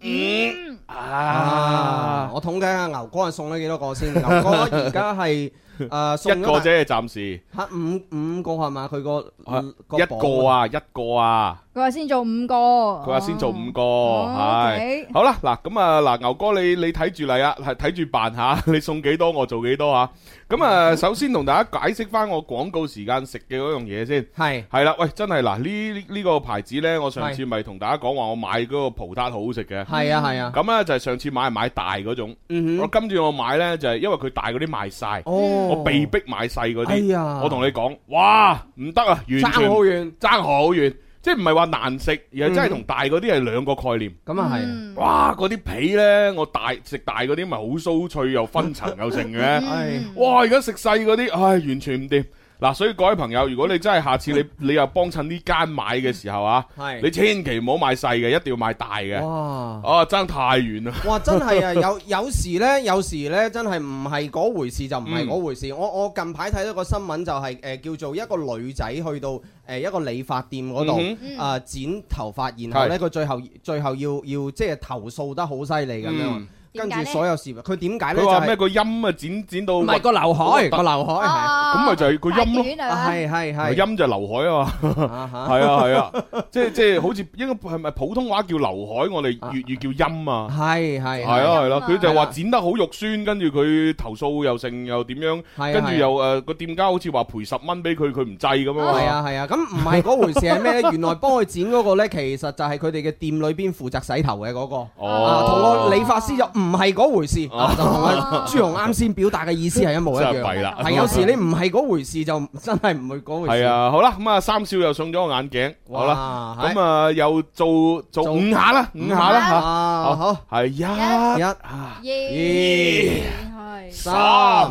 B: 五
C: 啊
B: 啊！！
C: 我統計下牛哥係送咗幾多個先？牛哥而 家係誒送
B: 一
C: 咗
B: 個
C: 大
B: 啫，暫時。
C: 嚇五五個係嘛？佢個
B: 啊
C: 個
B: 一
C: 榜
B: 個啊，一個啊，佢話先做五個，
D: Ờ,
B: 係好啦，嗱咁啊，嗱牛哥你你睇住嚟啊，係睇住辦下， 你送幾多我做幾多啊？咁啊，首先同大家解釋翻我廣告時間食嘅嗰樣嘢先。
C: 係
B: 係啦，喂，真係嗱，呢呢個牌子呢，我上次咪同大家講話，我買嗰個葡撻好好食嘅。
C: 係啊係啊，
B: 咁呢，就係上次買係買大嗰種，
C: 嗯
B: 我
C: 哼，
B: 今次我買呢，就係因為佢大嗰啲賣晒，
C: 哦，
B: 我被逼買細嗰
C: 哎
B: 啲。
C: 呀，
B: 我同你講，哇，唔得啊，完
C: 爭
B: 全
C: 好遠，
B: 爭好遠，即係唔係話難食，而係真係同大嗰啲係兩個概念。
C: 咁啊係，
D: Ừ.
B: 哇！嗰啲皮呢，我大食大嗰啲咪好酥脆又分層又剩
D: Ừ.
B: 嘅。
C: 嗯
B: 哇！而家食細嗰啲，唉，完全唔掂。嗱，所以各位朋友，如果你真係下次你你又幫襯呢間買嘅時候啊，
C: 嗯係哦
B: 你千祈唔好買細嘅，一定要買大嘅。
C: 哇！
B: 啊，爭太遠啦！
C: 哇！真係啊， 有有時咧，有時咧，真係唔係嗰回事就唔
B: 嗯
C: 係嗰回事。我我近排睇到個新聞就係、誒、叫做一個女仔去到誒、一個理髮店嗰度。
B: 嗯
D: Ừ.
C: 啊、剪頭髮，然後咧佢最後最後要要即係投訴得好犀利咁樣。
B: 嗯
C: 咁、跟住
D: 點解咧
C: 所有事物，佢點解咧
B: 佢
C: 就
B: 話
C: 啊係
B: 咩個音啊剪剪到
C: 唔係個劉海，個劉海係
D: 哦
B: 咁咪就係個音咯
D: 太短啦
C: 係係係
B: 音就劉海啊嘛。
C: 啊嚇
B: 係啊係啊，即係即係好似應該係咪普通話叫劉海，我哋粵語叫音啊。
C: 係係
B: 係啊係
D: 音
B: 啦
D: 啊，
B: 佢就話剪得好肉酸，跟住佢投訴又剩又點樣，
C: 係
B: 跟
C: 啊
B: 住
C: 係啊
B: 又誒個店家好似話賠十蚊俾佢，佢唔制咁啊
C: 係
B: 嘛。
C: 啊係啊，咁唔係嗰回事係咩咧？原來幫佢剪嗰個咧，其實就係佢哋嘅店裏邊負責洗頭嘅嗰個。啊，同
B: 哦
C: 個，理髮師就唔係嗰回事，
B: 哦
C: 啊就同阿朱紅啱先表達嘅意思係一模一
B: 真係弊啦
C: 樣。係有時你唔係嗰回事就真係唔會嗰回事。
B: 係，啊，好啦，咁啊三少又送咗個眼鏡，好啦，
C: 啦
B: 咁啊又做做
C: 做
B: 五下啦，五下啦嚇。
C: 啊好，
B: 系一
C: 一
B: 啊
D: 二係
B: 三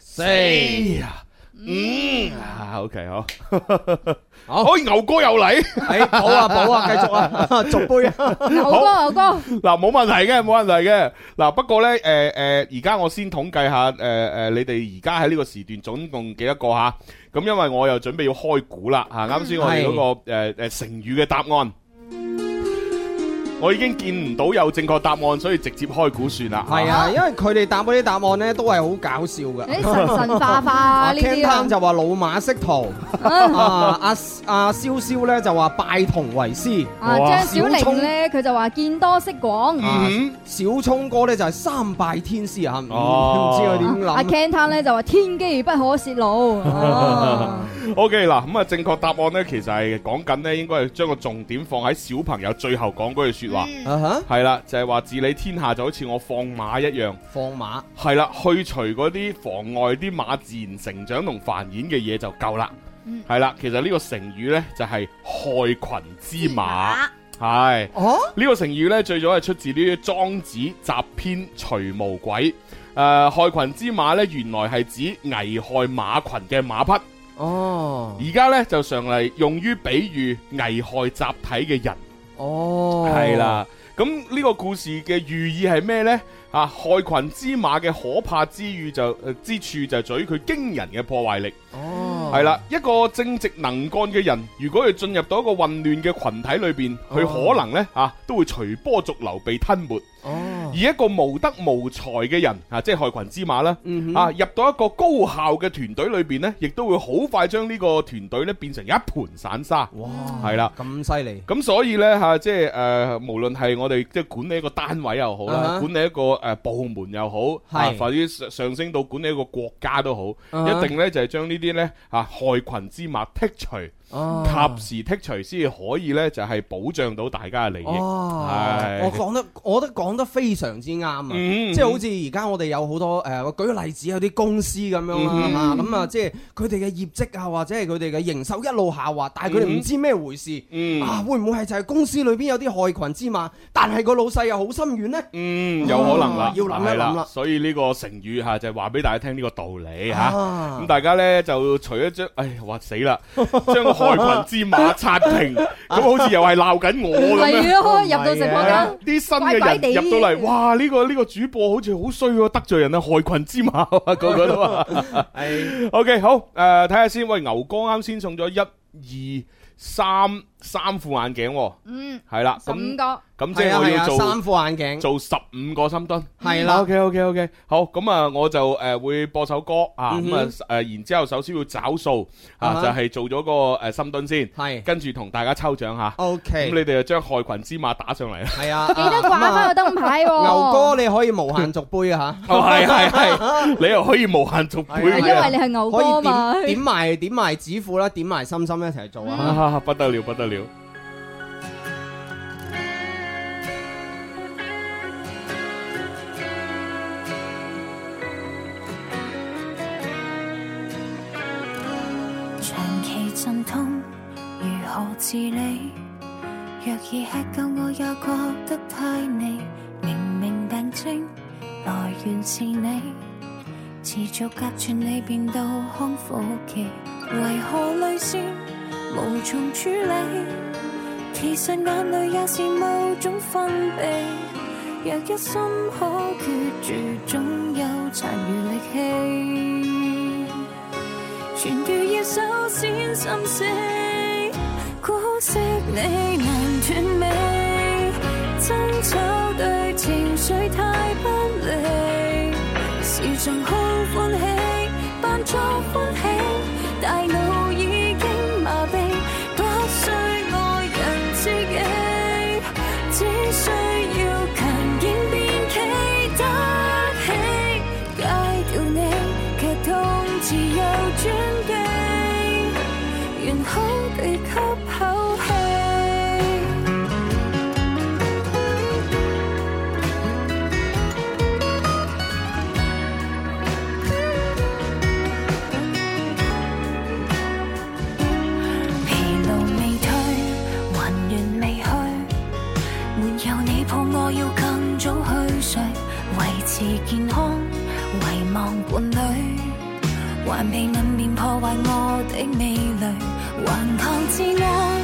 C: 四
B: 五啊，OK 好，
C: 好
B: 可以牛哥又嚟，
C: 哎好啊好啊，繼 續啊，續杯啊，
D: 牛哥牛哥，
B: 嗱冇問題嘅，冇問題嘅，嗱不過咧，誒誒，而家我先統計下，誒誒，你哋而家喺呢個時段總共幾多個吓？咁因為我又準備要開估啦，
C: 嗯
B: 吓啱先我哋嗰個誒誒成語嘅答案。我已經見唔到有正確答案，所以直接開估算啦。
C: 係啊，因為佢哋答嗰啲答案咧都係好搞笑㗎。
D: 你神神化化
C: 啊
D: 呢
C: Ờ, Ken
D: 啲
C: Tan
D: 啊，
C: 就話老馬識途，啊阿阿蕭蕭咧就話拜同為師，
B: 哇
D: 啊張
C: 小
D: 小
C: 聰
D: 玲咧佢就話見多識廣，
C: 啊
B: 嗯
C: 小聰哥咧就係三拜天師啊，唔
B: 哦
C: 唔知佢點諗。
D: 阿 À, Ken Tan 咧就話天機不可泄露，啊
B: OK 嗱，咁啊正確答案呢，其實係講緊呢，應該係將個重點放喺小朋友最後講嗰句説話，
C: 啊哈，
B: 係啦、就係話治理天下就好似我放馬一樣，
C: 放馬
B: 係啦，去除嗰啲妨礙啲馬自然成長同繁衍嘅嘢就夠啦
D: 嗯。
B: 係啦、其實呢個成語呢，就係、害群之馬，係。
C: 哦，
B: 呢個成語呢，最早係出自呢啲《莊子·集篇·除毛鬼》。誒、害群之馬呢，原來係指危害馬群嘅馬匹。
C: 哦，
B: 而家咧就常嚟用於比喻危害集體嘅人，
C: 哦，
B: 係，啦、咁呢個故事嘅寓意係咩呢？啊，害群之馬嘅可怕之語就、呃之處就在於佢驚人嘅破壞力，
C: 哦，
B: 係啦、一個正直能幹嘅人，如果佢進入到一個混亂嘅群體裏邊，佢
C: 哦
B: 可能呢啊都會隨波逐流被吞沒；
C: 哦
B: 而，一個無德無才嘅人啊，即係害群之馬啦。
C: 嗯
B: 啊，
C: 哼，
B: 入到一個高效嘅團隊裏邊呢，亦都會好快將呢個團隊呢變成一盤散沙。
C: 哇，
B: 係啦，
C: 咁犀利，
B: 咁所以呢，嚇、即係誒、呃，無論係我哋即係管理一個單位又好啦
C: 啊哈
B: 管理一個誒、呃部門又好，
C: 係
B: 啊，或者上上升到管理一個國家都好
C: 啊哈
B: 一定呢就係將呢啲呢啊害群之馬剔除，
C: 哦
B: 及時剔除先至可以呢就係、保障到大家嘅利益。
C: 哦
B: 係，
C: 我講得，我覺得講得非常之啱啊！
B: 嗯
C: 即係好似而家我哋有好多誒，我舉個例子，有啲公司咁樣
B: 嗯
C: 啦嚇，咁啊，即係佢哋嘅業績啊，或者係佢哋嘅營收一路下滑，但係佢哋
B: 嗯
C: 唔知咩回事
B: 嗯
C: 啊，會唔會係就係公司裏邊有啲害群之馬，但係個老細又好心軟呢？
B: 嗯，有可能啦
C: 啊，要諗一
B: 係
C: 諗啦
B: 所以呢個成語嚇就係話俾大家聽呢個道理嚇。
C: 啊
B: 咁大家咧就除咗將，唉，哇死啦，將個害群之馬刷 屏，咁好似又係鬧緊我咁樣。
D: 係咯，入到直播
B: 係啊
D: 間。
B: 啲新嘅人入到嚟，哇！呢個呢個主播好似好衰喎，得罪人啊，害群之馬啊， 個個都 話。OK，好，誒，睇下先。喂，牛哥啱先送咗一、二、三三副眼鏡喎，
D: 嗯，
B: 係啦，
D: 十五
B: 咁
D: 個
B: 咁即
C: 係
B: 係
C: 啊
B: 我
C: 係
B: 要
C: 啊，
B: 做
C: 三啊副眼鏡
B: 做十五個深蹲。
C: 係啦
B: o，k OK OK，好，咁啊，我就誒會播首歌啊，
C: 嗯
B: 咁
C: 哼
B: 啊誒，然之後首先要找數
C: 啊
B: 啊，
C: 哈
B: 就係做咗個誒深蹲先，
C: 係
B: 跟住同大家抽獎嚇，咁
C: OK，
B: 你哋就將害群之馬打上嚟啦。
C: 係啊，
D: 記得
C: 啊
D: 掛翻個燈牌喎。
C: 牛哥，你可以無限續 杯啊嚇！
B: 哦，係係係，你又可以無限續杯
C: 係
D: 因
C: 啊
B: 嘅
D: 為你係牛
C: 可
D: 哥
C: 以
D: 嘛。
C: 點點埋點埋指褲啦，點埋心心一齊做啊！
B: 啊，不得了不得了，
G: 長期陣痛如何治理？藥已吃夠，我也覺得太膩。明明病徵來源是你，持續隔住你便到康復期，為何淚腺無從處理？其實眼淚也是某種分泌。若一心可決絕，總有殘餘力氣。全如要首先心死，姑息你難斷尾，爭吵對情緒太不玩女。還未能免破壞我的味蕾，頑抗至愛，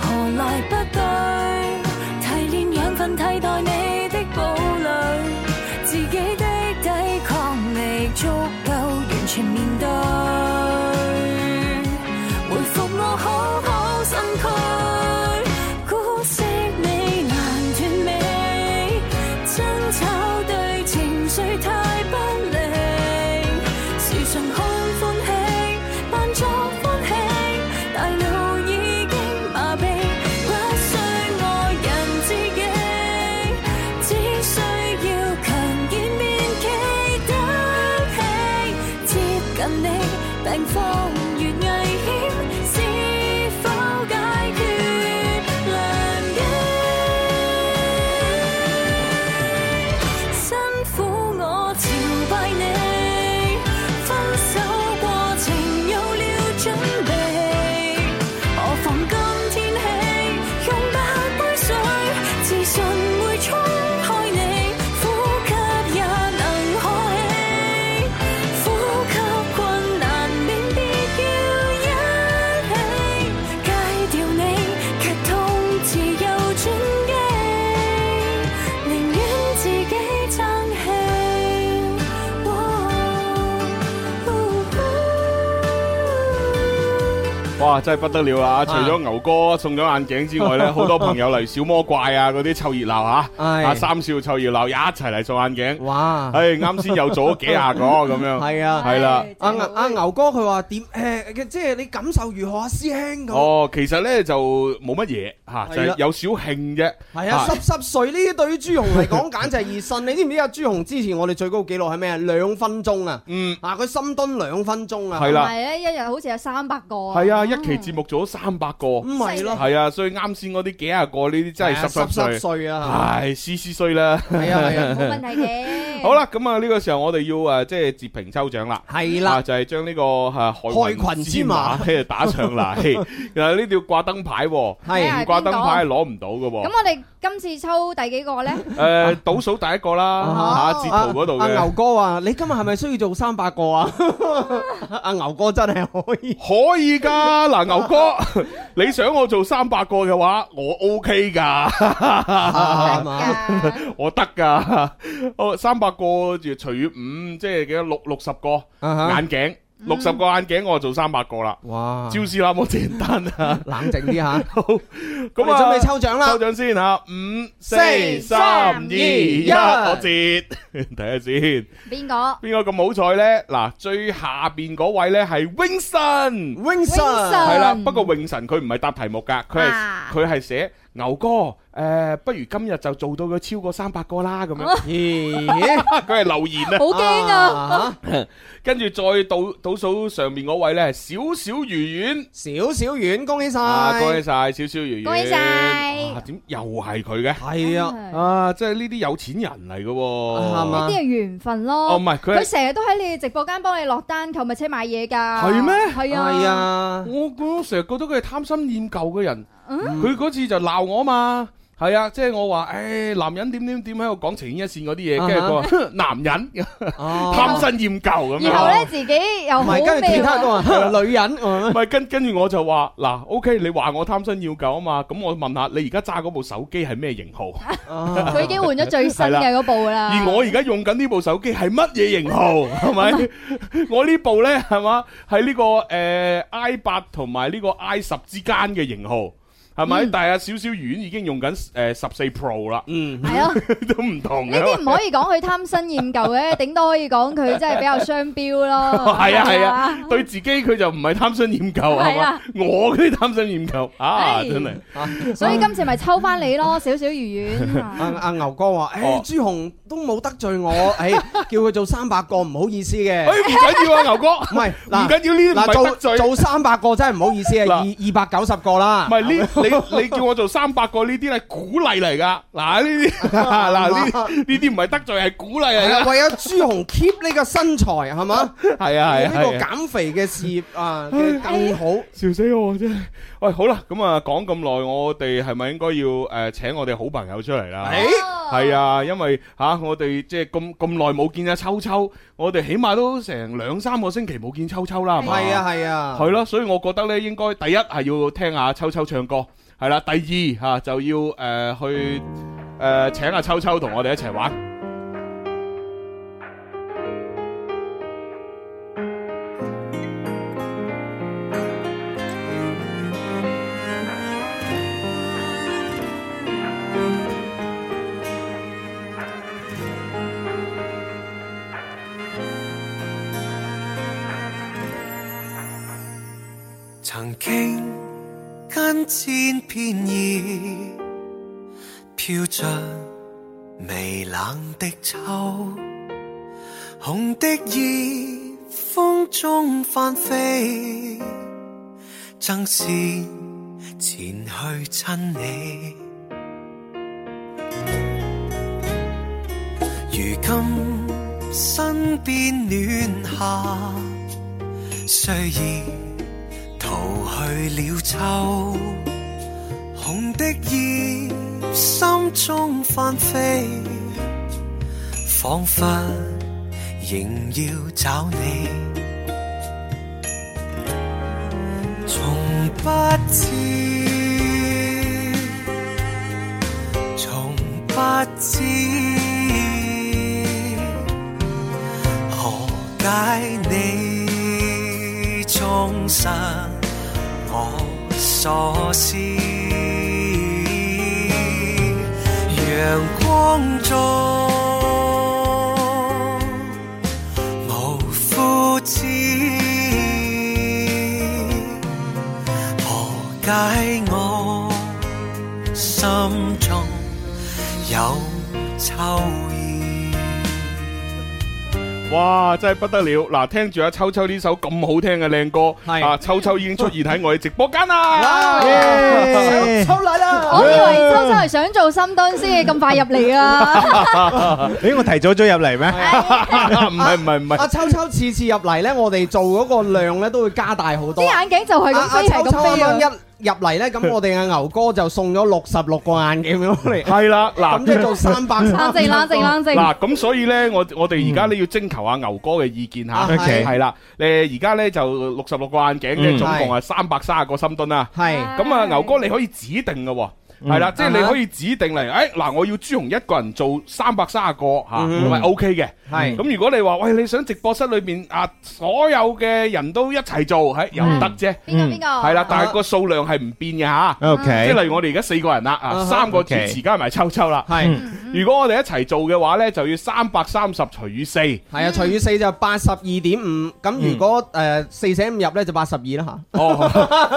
G: 何來不對？提煉養分替代你的堡壘，自己的抵抗力足夠完全面對，回復我好好身軀。姑息你難斷尾，爭吵對情緒太不利，時常看歡喜，扮作歡喜，大腦已經麻痹，不需愛人自己，只需要強健面企得起，接近你，病況越危險，是否解決良機？辛苦我朝拜你，分手過程有了準備，何妨今天起用百杯水，自信會沖開你，呼吸也能可起，呼吸困難免必要一起。戒掉你，劇痛自有轉機，寧願自己哦爭氣。哦
B: 哇，真係不得了啦！除咗牛哥送咗眼鏡之 外咧，好多朋友嚟小魔怪啊，嗰啲湊熱鬧吓，
C: 係
B: 啊三少湊熱鬧一齊嚟送眼鏡。
C: 哇！
B: 唉，啱先又做咗幾下個咁樣。
C: 係啊，
B: 係啦
C: 阿牛阿牛哥佢話點誒，即係你感受如何啊，師兄咁。
B: 哦，其實咧就冇乜嘢吓，就
C: 係
B: 係
C: 啦
B: 有少興啫。
C: 係啊，濕濕碎呢啲對於朱紅嚟講簡直係熱身。你知唔知啊？朱紅之前我哋最高紀錄係咩啊？兩分鐘啊！
B: 嗯，
C: 啊，佢深蹲兩分鐘啊！
B: 係啦
D: 同埋咧，一日好似有三百個。
B: 係啊，一期節目做咗三百個，
C: 咁咪咯，
B: 係啊，所以啱先嗰啲幾廿個呢啲真係濕濕
C: 濕
B: 碎，
C: 碎啊！
B: 唉，絲絲碎啦。
C: 係啊 係啊，
D: 冇問題嘅。
B: 好，啦，咁啊呢個時候我哋要呃誒即係截屏抽獎啦。
C: 係
B: 啊，
C: 啦，
B: 就係將呢個誒害
C: 害
B: 群
C: 群
B: 之
C: 之
B: 馬
C: 馬
B: 喺度打上嚟，然後呢度要掛燈牌喎，唔
D: 係
C: 係
D: 啊
B: 掛燈牌係攞唔到嘅
D: 咁啊
B: 喎。
D: 我哋今次抽第幾個咧？
B: 誒倒數第一個啦，嚇
D: 啊
B: 截圖嗰度
C: 阿牛
B: 嘅，
C: 哥話：你今日係咪需要做三百個啊？ 阿牛哥真係可以。
B: 可以㗎。嗱，牛哥， 你想我做三百個嘅話，我 OK 㗎，
C: 係
D: 得
C: 嘛？
D: 㗎
B: 我得㗎。哦，三百個就除以五，即係幾多？六六十個
C: 啊
B: 眼鏡，六十個眼鏡我就做三百個啦。
C: 哇！
B: 招師啦，冇簡單啊。
C: 冷靜啲吓，
B: 好，
C: 咁
B: 咁
C: 啊，
B: 啊，
C: 準備抽獎啦
B: 抽。獎先吓，五、四、
C: 四
B: 三、二、一，
C: 一
B: 我接，睇下先，
D: 邊個？
B: 邊個咁好彩呢？嗱，最下邊嗰位呢係 Wingson，
C: Wingson，
D: Wingson
B: 係啦，不過 Wingson 佢唔係答題目噶，佢係
D: 啊
B: 佢係寫牛哥，誒，不如今日就做到佢超過三百個啦，咁 樣，
C: 咦？
B: 佢係留言啊，
D: 好驚啊！
C: 啊！
B: 跟住再倒倒數上面嗰位呢係小小魚丸。
C: 少少遠，恭喜晒！
B: 啊！恭喜晒小小魚魚，
D: 恭喜晒
B: 啊點又係佢嘅？
C: 係啊，
B: 啊，即係呢啲有錢人嚟嘅喎，
C: 係嘛
D: 呢啲係緣分
B: 哦，
D: 咯
B: 唔。係佢
D: 佢
B: 係，
D: 成日都喺你哋直播間幫你落單購物車買嘢㗎。
B: 係咩
D: 係啊。
C: 係。啊，
B: 我我成日覺得佢係貪新厭舊嘅人。
D: 嗯
B: 佢嗰次就鬧我嘛，係啊，即係我話，誒男人點點點喺度講情牽一線嗰啲嘢，跟住佢話 哼男人貪
C: 啊哦，
B: 新厭舊咁
D: 然後
B: 樣。
D: 咧，自己又
C: 唔
D: 好
C: 係跟住
D: 咩
C: 其他
D: 喎？
C: 都話 女人，咁
B: 唔
C: 樣
B: 係跟跟住我就話嗱，OK，你話我貪新厭舊啊嘛，咁我問下你而家揸嗰部手機係咩型號？
C: 啊
D: 佢已經換咗最新嘅嗰部啦。
B: 而我而家用緊呢部手機係乜嘢 型號？係咪？我呢部呢，係嘛？係呢個誒 i 八同埋呢個 i 十之間嘅型號。係咪？但係啊，少少遠已經用緊誒十四 Pro 啦，
C: 嗯，
D: 係咯，
B: 都唔同
D: 呢
B: 嘅。
D: 啲唔可以講佢貪新厭舊嘅，頂多可以講佢真係比較雙標咯。
B: 係啊係啊，對自己佢就唔係貪新厭舊 係
D: 係
B: 嘛
D: 啊？
B: 我嗰啲貪新厭舊啊，
D: 係
B: 真 係
D: 所以今次咪抽翻你咯，少少 魚丸。
C: 阿阿牛哥話：，
B: 哦
C: 誒朱紅都冇得罪我， 誒叫佢做三百個唔好意思
B: 誒
C: 嘅，
B: 唔緊要啊，牛哥，
C: 唔係
B: 唔
C: 嗱
B: 緊要呢啲唔係得
C: 嗱
B: 罪
C: 做。做三百個真係唔好意思啊，二二百九十個啦
B: 唔，係呢？你你叫我做三百個呢啲係鼓勵嚟噶，嗱 呢啲 嗱呢呢啲唔係得罪，係鼓勵嚟
C: 係
B: 噶
C: 啊，。為咗朱紅 keep 呢個身材係嘛，
B: 係 啊係
C: 呢
B: 啊，
C: 個
B: 係啊
C: 減肥嘅事業啊嘅更好。
B: 笑死我真係。喂，好啦，咁啊講咁耐，我哋係咪應該要誒請我哋好朋友出嚟啦？
C: 誒
D: 哦
B: 係啊，因為吓、我哋即係咁咁耐冇見阿秋秋，我哋起碼都成兩三個星期冇見秋秋啦，係嘛？
C: 係啊係啊，
B: 係咯，所以我覺得咧，應該第一係要聽下秋秋唱歌，係啦，第二吓、就要诶、呃去诶、呃、请阿秋秋同我哋一齊玩。
A: 曾經跟千遍意，飄着微冷的秋，紅的葉風中翻飛，爭先前去親你。如今身邊暖夏，雖然。逃去了秋，紅的葉心中翻飛，彷彿仍要找你。從不知，從不知，何解你終生？我所思。陽光中無枯枝，何解我心中有秋意？
B: 哇，真係不得了！嗱，聽住阿啊秋秋呢首咁好聽嘅靚歌，
C: 係
B: 啊，秋秋已經出現喺我哋直播間啊啦。
C: 耶秋嚟
D: 我以
C: 啦！啊
D: 為秋秋係想做 深蹲先咁快入嚟啊！
B: 唔係唔係唔
C: 阿
B: 係，
C: 秋秋次次入嚟咧，我哋做嗰個量咧都會加大好
D: 啲
C: 多。
D: 眼鏡就係咁
C: 阿
D: 飛，
C: 秋秋
D: 係咁
C: 啱
D: 飛啊！
C: 啱一入嚟咧，咁我哋嘅牛哥就送咗六十六個眼鏡俾我哋，
B: 係啦，
C: 咁即
B: 嗱
C: 係。做三
B: 嗯
C: 百
D: 冷靜冷靜冷靜，
B: 嗱，咁所以呢，我我哋而家呢要徵求阿牛哥嘅意見吓，
C: 啊係
B: 係啦，誒而家呢就六十六個眼鏡嘅，
H: 嗯
B: 總共係三百三十個深蹲啦。
C: 係
B: 咁啊，牛哥你可以指定嘅喎。係啦，即係你可以指定嚟，誒嗱，我要朱紅一個人做三百三十個嚇，咁
C: 嗯
B: 係 OK 嘅。
C: 係
B: 咁如果你話喂，你想直播室裏邊啊，所有嘅人都一齊做，係又得啫。
D: 邊個邊個？
B: 係啦，但係個數量係唔變嘅嚇。
A: 嗯
B: 即係例如我哋而家四個人啦，啊
C: 啊哈
B: 三個主
H: OK
B: 持加埋秋秋啦。
C: 係
B: 如果我哋一齊做嘅話呢，就要三百三十除以四。
C: 係啊，除以四就八十二點五，咁
B: 嗯
C: 如果誒四捨五入咧就八十二啦嚇，
B: 哦，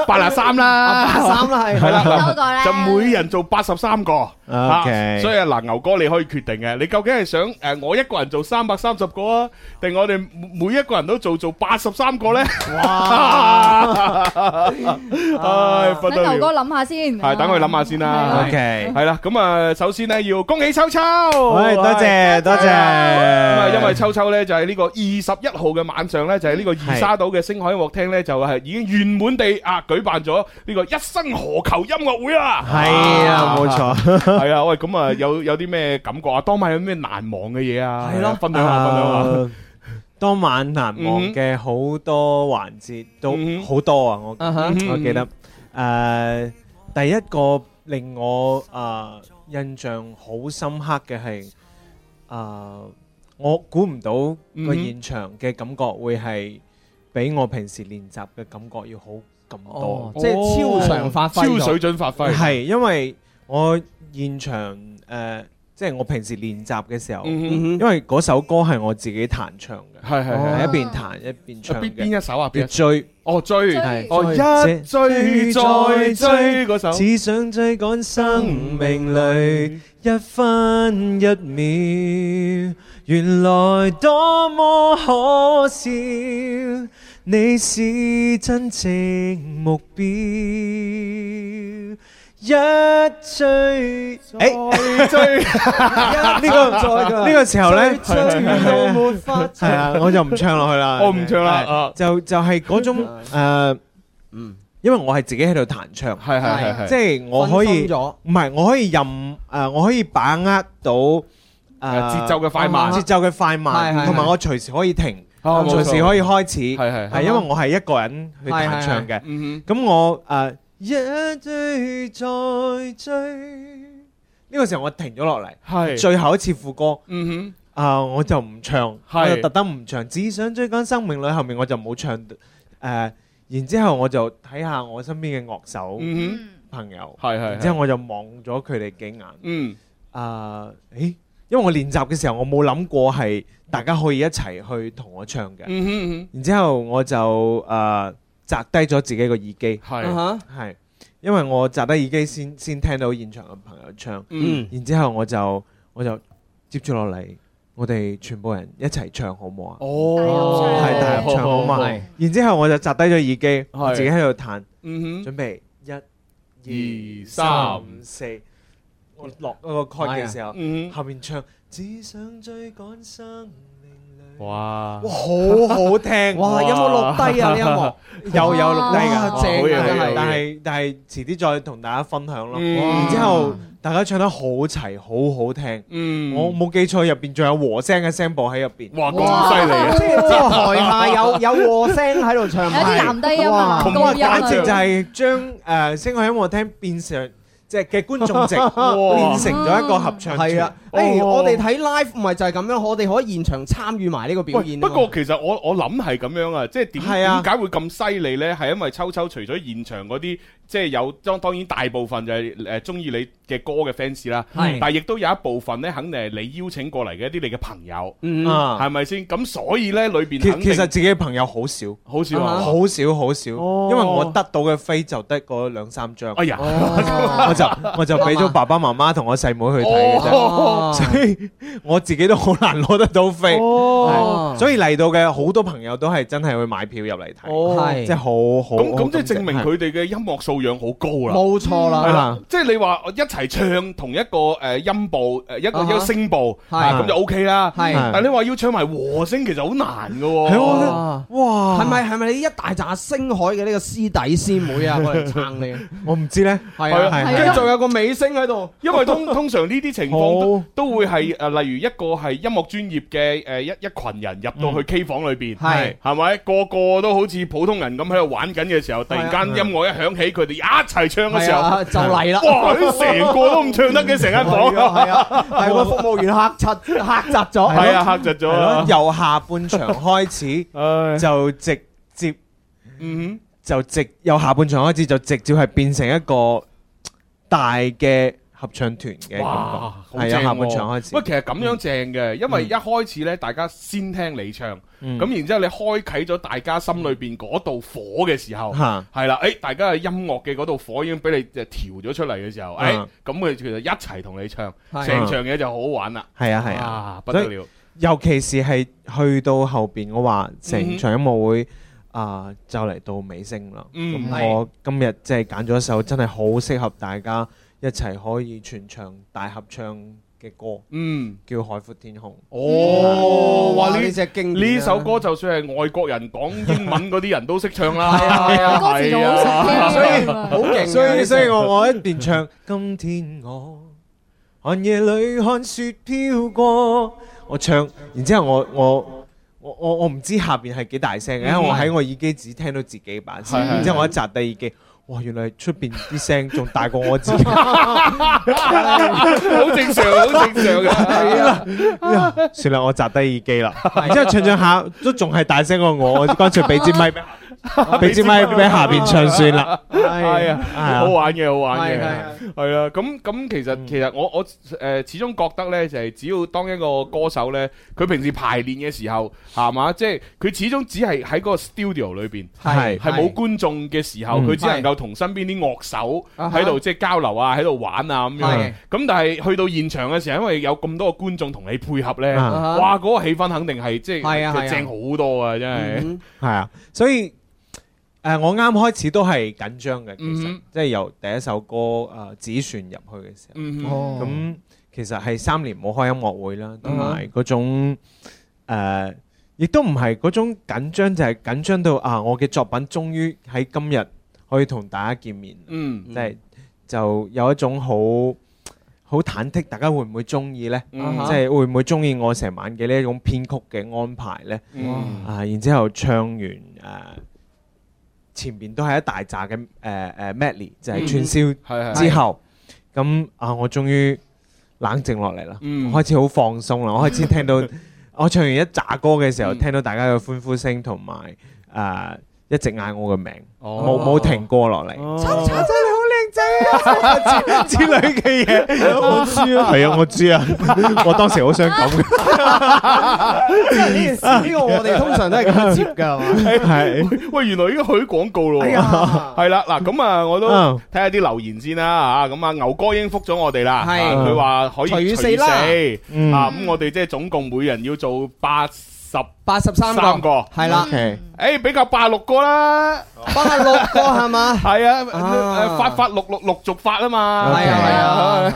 B: 八啊三
C: 啊八
B: 啦，
C: 三啦係
B: 係啦，
D: 多個咧
B: 嗱就每人做八十三個。啊所以啊，嗱，牛哥你可以決定嘅，你究竟係想诶我一個人做三百三十個啊，定我哋每每一個人都做做八十三個呢？哇！ 唉，不得
D: 等牛
B: 了
D: 哥。諗下先。
B: 係等佢諗下先啦
D: 係
H: OK
B: 係啦，咁啊，首先呢，要恭喜秋秋，
H: 喂，多謝，多謝。
B: 咁啊，因為秋秋咧就係呢個二十一號嘅晚上咧，就係呢個二沙島嘅星海音樂廳咧，就係已經圓滿地啊舉辦咗呢個一生何求音樂會啦。à,
H: 係啊，冇錯。
B: 係啊，喂，咁啊有有啲咩感覺啊？當晚有咩難忘嘅嘢啊？
C: 係咯
B: 分享下，分享下。嗯
H: 當晚難忘嘅好多環節，都-
B: 嗯哼。
H: 好多啊，我-呃
C: 啊哈
B: 嗯哼。
H: 呃我記得，誒，第一個令我，誒，印象好深刻嘅係，誒，我估唔到個
B: 嗯哼。
H: 現場嘅感覺會係比我平時練習嘅感覺要好咁多。
C: 哦，即係超常發揮咗
B: 超水準發揮。
H: 係因為我現場誒、呃即係我平時練習嘅時候，
B: 嗯哼，
C: 嗯
H: 因為嗰首歌係我自己彈唱嘅，
B: 係係
H: 係、
B: 係。
H: 一邊彈哦一邊唱
B: 邊
H: 嘅。
B: 邊一首啊？邊
H: 要
B: 一首
H: 追，
B: 哦追
D: 追
H: 係
B: 哦
H: 追
B: 一追再追嗰首。
H: 只想追趕生命裏一分一秒，原來多麼可笑，你是真正目標。一追，哎
B: 再追
H: 呢 個呢個時候咧，
C: 追到 沒法
H: 係啊，我就唔唱落去啦。
B: 我唔唱啦啊
H: 係就就係嗰種誒，因為我係自己喺度彈唱，
B: 係係係係，
H: 即係我可
C: 分心
H: 以
C: 咗
H: 唔係我可以任誒、呃我可以把握到誒、呃
B: 誒啊節奏嘅快慢
H: 節奏嘅快
C: 係係
H: 慢，
C: 係
H: 同埋我隨時可以停，
B: 哦冇錯
H: 隨時可以開始，
B: 係係係
H: 係因為我係一個人去彈唱嘅。
B: 嗯
H: 咁我誒、呃一追再追，呢個時候我停咗落嚟，
B: 哼，係，
H: 最後一次副歌。
B: 嗯
H: 啊！我就唔唱，
B: 係
H: 我就特登唔唱，只想追趕生命裏後面我就冇唱誒、呃然之後我就睇下我身邊嘅樂手
B: 哼，嗯
H: 朋友，
B: 哼，係係，
H: 然之
B: 係
H: 後我就望咗佢哋幾眼。
B: 嗯
H: 啊、咦？因為我練習嘅時候我冇諗過係大家可以一齊去同我唱嘅。
B: 嗯哼
H: 然之後我就誒擲低咗自己個耳機，
B: 嗯哼，
C: 啊
B: 係，
C: 哈
H: 係因為我擲低耳機先先聽到現場嘅朋友唱。
B: 嗯
H: 然之後我就我就接住落嚟，我哋全部人一齊唱好唔好啊？
B: 哦，
H: 係大合唱好嘛
B: 係？
H: 然之後我就擲低咗耳機，
B: 係
H: 我自己喺度彈，
B: 嗯哼，
H: 準備
B: 二
H: 一、二、
B: 三
H: 三、四。我落嗰個 c 嘅時候，
B: 嗯哼，
H: 後面唱只想追趕生命裏，
B: 哇，
H: 哇，好好聽！
C: 哇！有冇錄低啊？呢音樂
H: 有有錄低㗎，
C: 哇正啊
B: 好嘢
C: 真
B: 好嘢
C: 係
H: 但係但係遲啲再同大家分享咯。
B: 嗯
H: 然之後大家唱得好齊，好好聽。
B: 嗯，
H: 我冇記錯，入邊仲有和聲嘅聲部喺入邊。
B: 哇咁犀利啊！
C: 即係台下有有和聲喺度唱，有
D: 有啲男低音啊，
H: 咁啊，
D: 高音啊
H: 簡直就係將誒聲樂音樂廳變成即係嘅觀眾席，變成咗一個合唱團。
C: 係啊，
B: 哦
C: 誒我哋睇 live 唔係就係咁樣，我哋可以現場參與埋呢個表
B: 喂，
C: 演
B: 不
C: 啊嘛。
B: 過其實我我諗係咁樣啊，即係點
H: 係啊
B: 點解會咁犀利呢？係因為秋秋除咗現場嗰啲，即係有當當然大部分就係誒中意你嘅歌嘅 fans 啦，
C: 係
B: 但係亦都有一部分呢，肯定係你邀請過嚟嘅一啲你嘅朋友，
C: 嗯，
H: 啊，
B: 係咪先？咁所以呢，裏邊
H: 其
B: 肯定
H: 其實自己嘅朋友好少，
B: 好少
C: 啊
B: 啊，
H: 好少好少，
B: 哦
H: 因為我得到嘅飛就得嗰兩三張，
B: 哎呀，
C: 哦
H: 我就我就俾咗爸爸媽媽同我細妹去睇嘅啫，
C: 哦
H: 所以我自己都好難攞得到飛。
C: 哦
H: 係所以嚟到嘅好多朋友都係真係去買票入嚟睇，
C: 係
H: 即係好好。
B: 咁咁即係證明佢哋嘅音樂素養好高啦。
C: 冇錯
B: 係
C: 啦，
B: 啦，即係你話一齊唱同一個誒音部誒一個
C: 啊
B: 一
C: 哈
B: 個聲部，
C: 係
B: 啊咁就 O K 啦。
C: 係
H: 係。
B: 但係你話要唱埋和聲，其實好難噶。
H: 係我覺得
B: 哦
C: 哇
H: 哇，
C: 哦係咪係咪你一大扎星海嘅呢個師弟師妹 啊，過嚟撐你？
H: 我唔知咧，
C: 係
B: 係啊
C: 啊，
D: 係啊
C: 跟住仲有個尾聲喺度。
B: 因為通通常呢啲情況都
H: 好
B: 都會係誒，例如一個係音樂專業嘅呃誒一一群人
H: 嗯
B: 入到去 K 房裏邊，
C: 係
B: 係咪個個都好似普通人咁喺度玩緊嘅時候，突然
H: 啊
B: 間音樂一響起，佢哋一齊唱嘅時
C: 係
B: 候，
C: 啊，就嚟啦！
B: 哇！成個都唔唱得嘅，成間房
C: 係啊，係啊， 係個服務員嚇窒嚇窒咗，
B: 係啊，嚇窒咗
H: 係咯
B: 啊！
H: 由下半場開 始
B: 唉，
H: 就直接
B: 嗯
H: 就直由下半場開始就直接係變成一個大嘅合唱團嘅
B: 哼，哇
H: 感，
B: 好
H: 覺，
B: 正喎
H: 係由啊下半場開
B: 喂，
H: 始。
B: 其實咁樣正嘅，因為一開始呢，大家先聽你唱，
H: 嗯
B: 咁然之後你開啟咗大家心裏邊嗰道火嘅時候。
H: 嚇
B: 係啦，誒，大家嘅音樂嘅嗰度火已經俾你誒調咗出嚟嘅時候，誒
H: 嗯，
B: 咁佢其實一齊同你唱，
C: 係
B: 成場嘢就好好玩啦，
H: 係啊係啊，
B: 啊，不得了，
H: 尤其是係去到後邊，我話
B: 嗯哼
H: 成場音樂會啊就嚟到尾聲啦。
B: 嗯，
H: 咁我今日即係揀咗一首真係好適合大家一齊可以全場大合唱嘅歌，
B: 嗯，
H: 叫《海闊天空》。
B: 哦，哇，呢
C: 隻經典啊
B: 呢首歌就算係外國人講英文嗰啲人都識唱啦，
C: 係啊係啊
D: 歌詞仲好
B: 係啊
D: 熟聽啊
C: 好勁啊，
H: 所以所以
C: 呢
H: 我我一邊唱，今天我寒夜裏看雪飄過，我唱，然之後我我。我我我唔知下邊係幾大聲嘅，因為我喺我耳機只聽到自己把聲，
B: 係係
H: 然之後我一擲低耳機，哇！原來出邊啲聲仲大過我自己，
B: 啊 好正常，好正常嘅，
H: 算啦，我擲低耳機啦。然之後唱唱下都仲係大聲過我，我乾脆俾支咪俾俾支咪俾下邊唱算啦。
B: 係啊，
H: 係啊
B: 好玩嘅，好玩
C: 係
B: 嘅，
C: 係
B: 係啊啦，咁咁其實
H: 嗯
B: 其實我我誒始終覺得呢，就係只要當一個歌手呢，佢平時排練嘅時候係嘛，即係佢始終只係喺嗰個 studio 裏邊。
C: 係
H: 係
B: 係冇觀眾嘅時候，
H: 嗯
B: 佢只能夠同身邊啲樂手
C: 啊哈
B: 喺度即係交流啊，喺度玩啊咁樣
C: 係。
B: 咁但係去到現場嘅時候，因為有咁多個觀眾同你配合呢，
H: 啊
C: 啊
B: 哇！嗰個氣氛肯定係即
C: 係
B: 係
C: 啊係啊
B: 正好多啊，真係。
C: 嗯
H: 係啊，所以誒、呃我啱開始都係緊張嘅，其實、
B: 嗯
H: 即係由第一首歌誒、呃、子璇入去嘅時候，
B: 嗯哼，
C: 哦
H: 咁、其實係三年冇開音樂會啦，同埋嗰種、呃亦都唔係嗰種緊張，就係、緊張到啊！我嘅作品終於喺今日可以同大家見面，
B: 嗯
H: 即係就有一種好好忐忑，大家會唔會中意呢？
B: 嗯
H: 哦即係會唔會中意我成晚嘅呢一種編曲嘅安排呢？
B: 嗯
H: 啊，然之後唱完誒、呃前面都係一大扎嘅誒誒 medley，就係串燒
B: 係係
H: 之後，咁啊，我終於冷靜落嚟啦，
B: 嗯
H: 我開始好放鬆啦，我開始聽到我唱完一扎歌嘅時候，
B: 嗯
H: 聽到大家嘅歡呼聲同埋誒一直嗌我嘅名，
B: 哦
H: 冇冇停過落嚟，秋秋真係好靚仔啊之之類嘅嘢，我知 啊，係啊，我知啊，我當時好想咁嘅。
B: 啊
C: 啊呢個我哋通常都係咁接㗎，係嘛？
B: 係 喂，原來依家去廣告咯喎。
C: 哎 呀
B: 係啦，嗱咁啊，我都
H: 嗯
B: 睇下啲留言先啦吓，咁啊牛哥已經覆咗我哋啦，
C: 係
B: 啊佢話可以
C: 除以
B: 除
C: 四
B: 以
C: 啦
H: 嗯
B: 啊咁我哋即係總共每人要做八十，
C: 八十三
B: 三個
C: 個，係啦，
H: OK，
B: 誒比較八六個啦，
C: 八十六個係嘛？
B: 係啊，
C: 啊
B: 誒發發六六陸續發啊嘛，
H: 係啊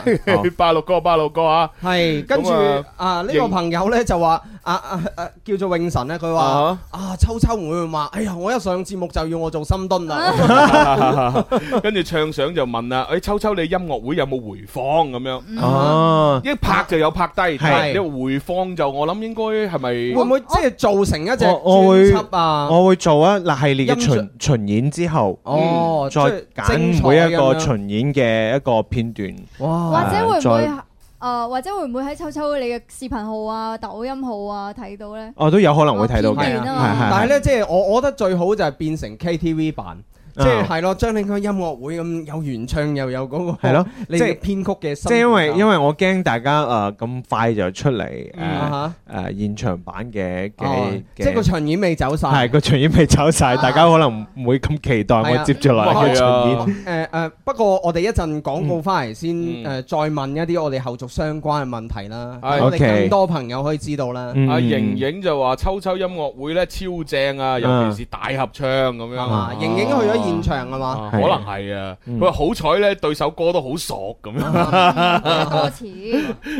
H: 係啊
B: 八六個八六個啊，
H: 嗯
C: 係，跟住
B: 咁
C: 啊呢個
B: 認
C: 朋友咧就話啊啊啊叫做永神咧，佢話
B: 啊
C: 啊秋秋會唔會話，哎呀我一上節目就要我做深蹲啦，
B: 啊 跟住唱相就問啦，誒秋秋你音樂會有冇回放咁樣？
C: 嗯
H: 哦。
B: 一拍就有拍低，但係你回放就我諗應該係咪
C: 會唔會即係造成一隻專
H: 我我會
C: 輯啊？
H: 我會做一嗱系列嘅巡
C: 音
H: 巡演之後，
C: 哦，
H: 再揀每一個巡演嘅一個片段。
C: 哇
D: 或者會唔會
H: 再
D: 誒、或者會唔會喺秋秋你嘅視頻號啊、抖音號啊睇 到咧？
H: 哦我都有可能會睇
C: 哦
H: 到嘅，
D: 片
H: 係
D: 段啊嘛
H: 係。
C: 但係
H: 係
C: 咧，即係我我覺得最好就係變成 KTV 版，
H: 啊
C: 即係係咯，將你個音樂會咁有原唱又有嗰個
H: 係咯
C: 你
H: 即係
C: 嘅編曲嘅心，
H: 即係因為因為我驚大家誒咁快就出嚟呃
C: 啊
H: 誒
C: 哈
H: 誒現場版嘅
C: 哦
H: 嘅
C: 即係個
H: 嘅。
C: 巡演未走晒，
H: 係個巡演未走晒，大家可能唔會咁期待
C: 係啊
H: 我接住落嚟嘅巡
B: à, 啊
H: 演。
C: 誒誒，呃不過我哋一陣廣告翻嚟先
B: 嗯
C: 誒，再問一啲我哋後續相關嘅問題啦，
B: 係
C: 我哋
H: OK
C: 更多朋友可以知道啦。
H: 嗯
B: 阿盈盈就話秋秋音樂會咧超正啊，尤其是大合唱咁樣 À,
C: 係嘛，盈盈去咗現場係嘛，
B: 啊可
H: 係
B: 能係啊，
H: 嗯
B: 佢話好彩咧對首歌都好熟咁樣，
D: 多 次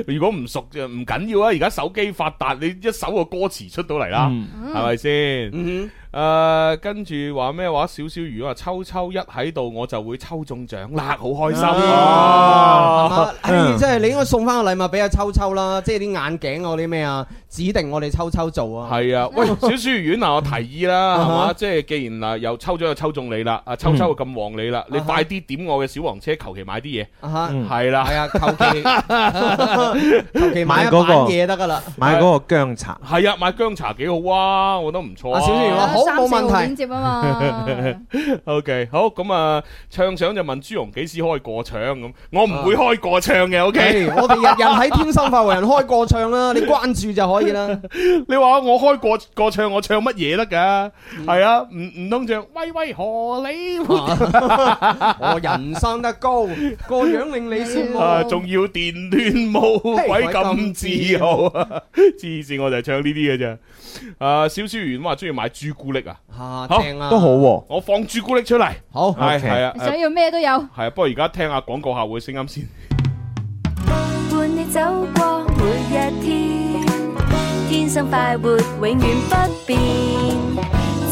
B: 如果唔熟就唔緊要啊，而家手機發達，你一首個歌詞出到嚟啦，
H: 嗯
B: 係咪先？
C: 嗯
B: 誒，跟住話咩話？小小魚話秋秋一喺度，我就會抽中獎啦，好開心啊
C: 哼，係！嘛啊唉
H: 嗯
C: 即係你應該送翻個禮物俾阿秋秋啦，即係啲眼鏡嗰啲咩啊，指定我哋秋秋做啊。
B: 系啊，喂，小書院嗱，我提議啦，係
C: 啊
B: 嘛，
C: 哈嗯
B: 即係既然嗱又抽咗又抽中你啦，啊秋秋又咁旺你啦，你
C: 啊哈
B: 快啲點我嘅小黃車，求其買啲
C: 啊哈
H: 嗯
B: 嘢，係啦
C: 系，啊，求 其求其買一
H: 買
C: 版
H: 嗰個
C: 嘢得噶啦。
H: 買嗰個姜茶，
B: 係啊，買薑茶幾好啊，我覺得唔錯啊。
C: 啊小書園話好
D: 三
C: 冇
D: 四號
C: 問題
D: 鏈接啊 嘛，
B: O K，好咁啊，唱想就問朱紅幾時開過唱咁，我唔會開過唱嘅。O K，
C: 唉我哋日日喺天生發為人開過唱啦，你關注就可 以啦。
B: 你話我開過過唱，我唱乜嘢得㗎？
C: 嗯
B: 係啊，唔唔通唱喂喂荷里活
C: 我人生得高，個樣令你羨慕。
B: 啊，仲要電亂舞，
C: 嘿
B: 鬼咁自豪啊！ 黐線，我就係唱呢啲嘅啫。啊，小書員話中意買朱古力啊，
C: 啊，
B: 好
C: 正啊，
H: 都好喎。
B: 我放朱古力出嚟，
C: 好。
B: 係
H: OK
B: 係啊，
D: 想要咩都有。
B: 係啊。不過而家聽下廣告客户嘅聲音先。
G: 伴你走過每一天，天生快活，永遠不變。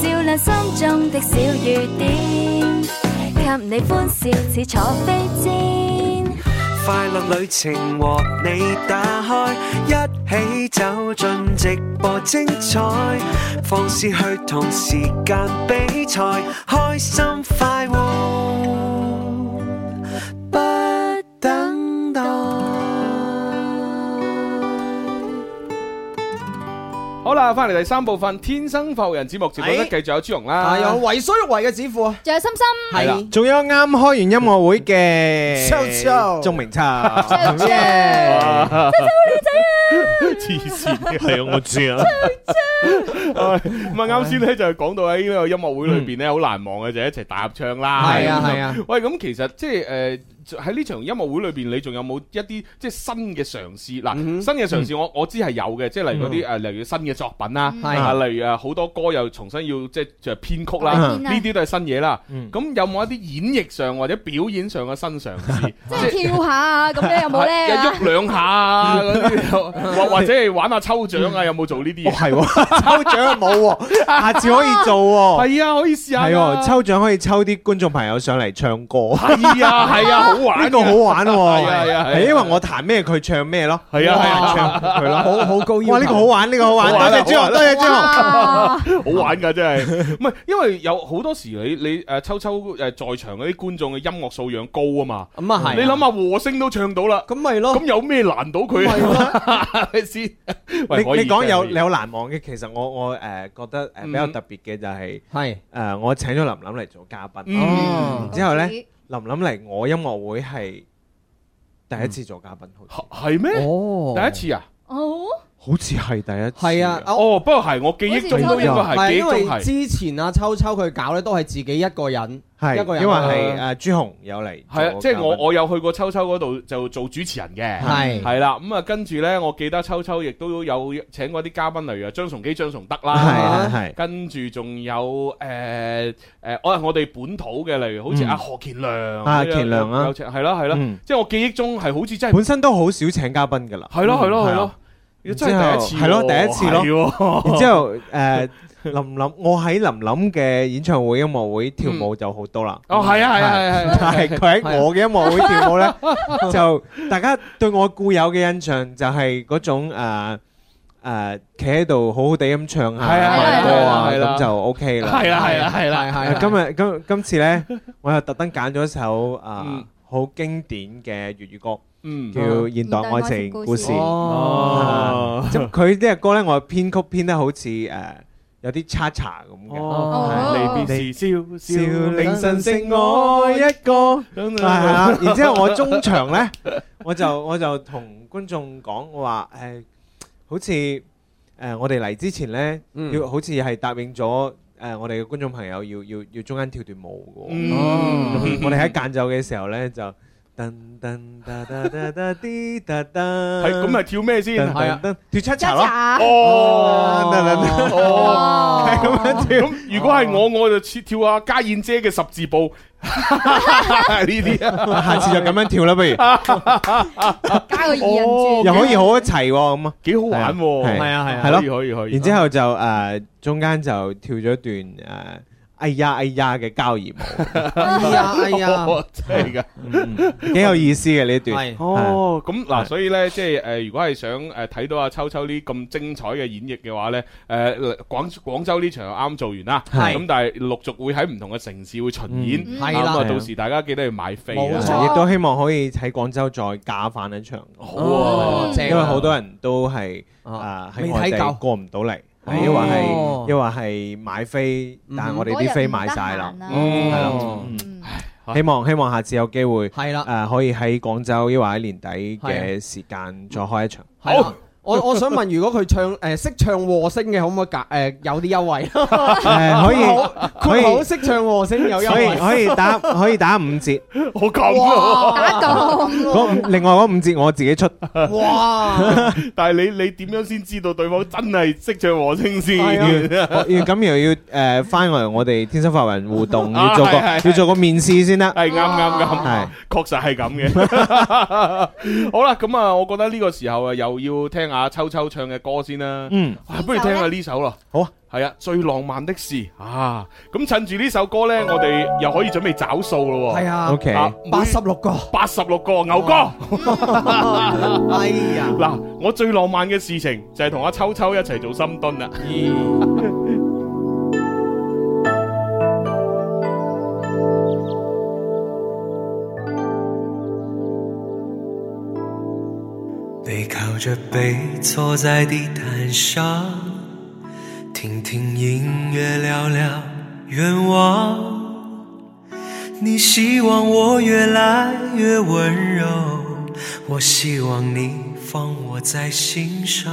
G: 照亮心中的小雨點，給你歡笑似坐飛氈。
A: 快樂旅程和你打開，一起走進直播精彩，放肆去同時間比賽，開心快活，不等待。
B: 好啦，翻嚟第三部分《天生浮人》節目，直播室
C: 哎
B: 繼續有朱紅啦，
C: 啊，有為所欲為嘅指父啊，
D: 仲有心心，
C: 係啦，
H: 仲有啱開完音樂會嘅
C: 秋秋
H: 鍾明秋。
D: 張張
B: 啊！ 黐線嘅，係啊，我知 啊。咁啊，啱先咧就講到喺呢個音樂會裏邊咧，好難忘嘅就係一齊大合唱啦。
C: 係啊係啊
B: 喂，咁其實即係誒呃喺呢場音樂會裏邊，你仲有冇一啲即係新嘅嘗試？
H: 嗯
B: 嗱，新嘅嘗試我我知係有嘅，即係例如嗰啲誒，呃例如新嘅作品啦，
H: 嗯
C: 係
B: 啊，例如誒好多歌又重新要即係就編曲啦，
D: 改編
B: 呢
D: 啊
B: 啲都係新嘢啦。
H: 嗯
B: 咁有冇一啲演繹上或者表演上嘅新嘗
H: 嗯
B: 試？
D: 即系跳下啊，咁樣有冇
B: 係
D: 咧？
B: 一喐兩下啊嗰啲， 或或者係玩下抽獎啊？有冇做呢啲
H: 哦，
B: 嘢？
H: 係喎，抽獎冇喎，下次可以 做喎。
B: 係啊，可以試下㗎。
H: 哦係喎，抽獎可以抽啲觀眾朋友上嚟唱歌，
B: 係啊，係啊，好 玩㗎
H: 呢個好玩喎。
B: 係啊係啊係啊
H: 係因為我彈咩佢唱咩咯。
B: 係啊係啊
H: 唱佢咯。
C: 好好高要求。
H: 哇！呢個好玩，呢個好玩，
B: 好玩啊
H: 多謝朱
B: 好玩啊
H: 紅，多謝朱紅。
D: 哇
B: 好玩噶真係，唔係因為有好多時你你誒秋秋誒在場嗰啲觀眾嘅音樂素養高啊嘛，
C: 咁啊係啊。
B: 你諗下和聲都唱到啦，
C: 咁咪咯，
B: 咁有咩難到佢
C: 咪咯，
B: 係咪先？
H: 你你講有你
B: 有
H: 有難忘嘅，其實我我誒覺得誒比較特別嘅就係
C: 係
H: 誒我請咗林林嚟做嘉賓，
C: 哦
B: 嗯
H: 然之後咧林林嚟我音樂會係第一次做嘉賓，好
B: 係咩？
C: 哦
B: 第一次啊？
D: 哦，
H: 似好似係第一次，
C: 係啊，啊
B: 哦，不過係我記憶中都應該
C: 唔係
B: 係記
C: 因
B: 憶中
C: 為
B: 係。
C: 之前啊秋秋佢搞咧都係自己一個人，
H: 係
C: 一個人
H: 因為係誒朱紅有嚟做嘉賓，
B: 係
C: 哦
B: 啊，即係我我有去過秋秋嗰度就做主持人嘅，
H: 嗯
C: 係
B: 係啦，咁啊跟住呢，我記得秋秋亦都有請過啲嘉賓，例如啊張崇基、張崇德啦，
H: 係係係
B: 跟住仲有誒誒，我係我哋本土嘅，例如好似
H: 嗯
B: 阿何健良，
H: 啊健良啊
B: 有請係啦係啦，
H: 嗯
B: 即係我記憶中係好似真係
H: 本身都好少請嘉賓㗎啦，
B: 係咯係咯
H: 嗯
B: 係
H: 係
B: 咯
H: 啊，
B: 真係第一次喎，
H: 然之後係咯第一次咯
B: 咯
H: 然之後誒林林我喺林林嘅演唱會音樂會跳舞就好 多啦。
B: 哦係啊係啊係啊係啊
H: 但係佢喺我嘅音樂會跳舞咧，就大家對我固有嘅印象就係嗰種誒誒企喺度好好地咁唱下
B: 係啊
D: 係啊
H: 慢歌啊，
B: 係啦
H: 咁就 OK 啦。
B: 係啦係啦係啦，
C: 係係
H: 誒今日今 今次咧，我又特登揀咗一首
B: 嗯
H: 誒好經典嘅粵語歌，
B: 嗯
H: 叫
C: 嗯
H: 《現代愛情故事》。
C: 哦
B: 哦
H: 即係佢呢個歌咧，我編曲編得好似誒有啲叉叉咁嘅。
B: 哦，離別
H: 笑
B: 時笑笑，
H: 令神剩我一個。係啊，然之後我中場咧，我就我就同觀眾講，我話誒，好似誒我哋嚟之前咧，
C: 嗯
H: 要好似係答應咗誒我哋嘅觀眾朋友要要要中間跳段舞嘅喎。
B: 嗯
H: 咁我哋喺間晝嘅時候咧就噔噔哒哒哒哒滴哒哒，
B: 係咁係跳咩先？
H: 係啊，跳七
D: 一
H: 茶咯，
D: 扎
B: 哦，哦，
D: 係
H: 咁樣跳。
B: 咁如果係我，我就切跳阿家燕姐嘅十字 步，呢啲啊，
H: 下次就咁樣跳啦，不如
D: 加個二人
B: 哦
D: 轉，
H: 又可以好一齊喎咁啊！
B: 幾好玩喎，
H: 係
C: 係啊係啊
H: 係咯
B: 可以可以可以。
H: 然之後就誒、呃中間就跳咗一段誒、呃哎呀哎呀嘅交誼舞，
C: 哎呀哎呀，
B: 哦真係㗎。
H: 幾有意思嘅呢段。
C: 係
B: 哦，咁嗱，
H: 係
B: 所以呢，即係誒，如果係想誒睇到阿秋秋呢咁精彩嘅演繹嘅話呢，誒廣廣州呢場啱做完啦，
H: 係
B: 咁但係陸續會喺唔同嘅城市會巡演，咁
D: 嗯
C: 係
B: 啊，
C: 啦，
B: 到時大家記得要買飛
C: 冇
B: 啦
C: 錯。
H: 亦都希望可以喺廣州再加翻一場，
B: 好
C: 哦
B: 啊，
C: 正啊
H: 因為好多人都係
C: 啊
H: 啊
C: 未
H: 喺外
C: 睇夠
H: 地過唔到嚟，
C: 哦
H: 係因為係因為係買飛，
C: 嗯
H: 但係我哋
D: 嗰日
H: 啲飛
D: 唔
H: 賣
D: 得
H: 晒啦
D: 閒。啊
B: 嗯
H: 係
C: 哦
H: 咯，
D: 嗯
H: 嗯希望希望下次有機會
C: 係啦。
H: 誒可以喺廣州，抑或喺年底
C: 係
H: 嘅時間再開一場。
B: 好
C: 係啦我我想問，如括佢唱誒識唱和聲嘅，可唔可以夾誒有啲優惠？
H: 誒可以可以
C: 佢好識唱和聲有優
H: 可以
C: 惠。
H: 可以打可以打五折。
B: 好咁啊！
D: 打咁
H: 嗰五 另外嗰五折我自 己出，
C: 哇！
B: 但係你你點樣先知道對方真係識唱和聲先？
H: 要要哦咁又要誒翻嚟我哋天生發雲互 動，要做個
B: 啊係係係
H: 要做個面試先得。
B: 係啱啱啱，
H: 係
B: 確實係咁嘅。 好啦，咁啊，我覺得呢個時候啊，又要聽下秋秋唱嘅歌先啦。
H: 嗯，
B: 啊不如聽下呢首啦。
H: 好啊，
B: 係啊，最浪漫的事啊！咁趁住呢首歌呢，我哋又可以準備找數咯喎。
C: 係啊
H: OK
B: 啊，
C: 八十六個。
B: 八十六個牛哥。
C: 哎呀！
B: 嗱，我最浪漫嘅事情就係同阿秋秋一齊做深蹲啦。
A: 背靠着背坐在地毯上，听听音乐，聊聊愿望。你希望我越来越温柔，我希望你放我在心上。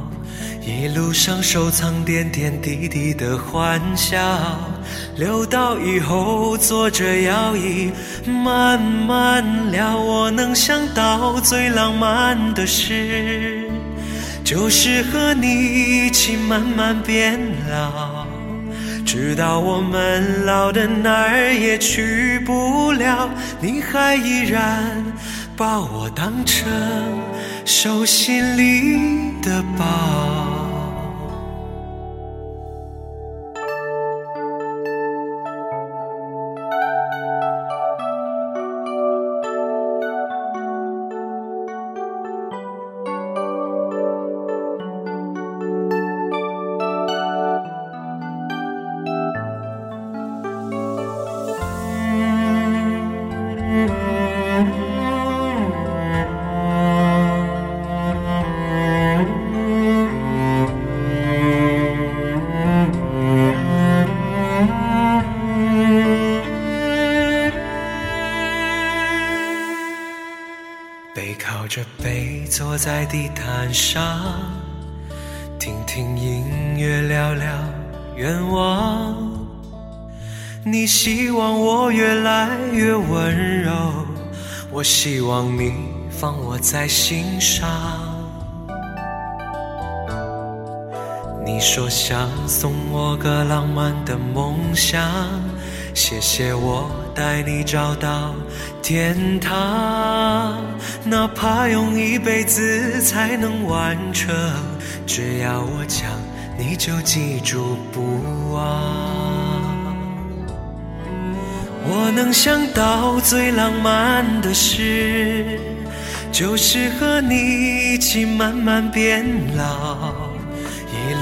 A: 一路上收藏点点滴滴的欢笑，留到以后坐着摇椅慢慢聊。我能想到最浪漫的事，就是和你一起慢慢变老。直到我们老的哪儿也去不了，你还依然把我当成手心里的宝。背靠着背坐在地毯上，听听音乐，聊聊愿望。你希望我越来越温柔，我希望你放我在心上。你说想送我个浪漫的梦想，谢谢我带你找到天堂，哪怕用一辈子才能完成，只要我讲，你就记住不忘。我能想到最浪漫的事，就是和你一起慢慢变老，一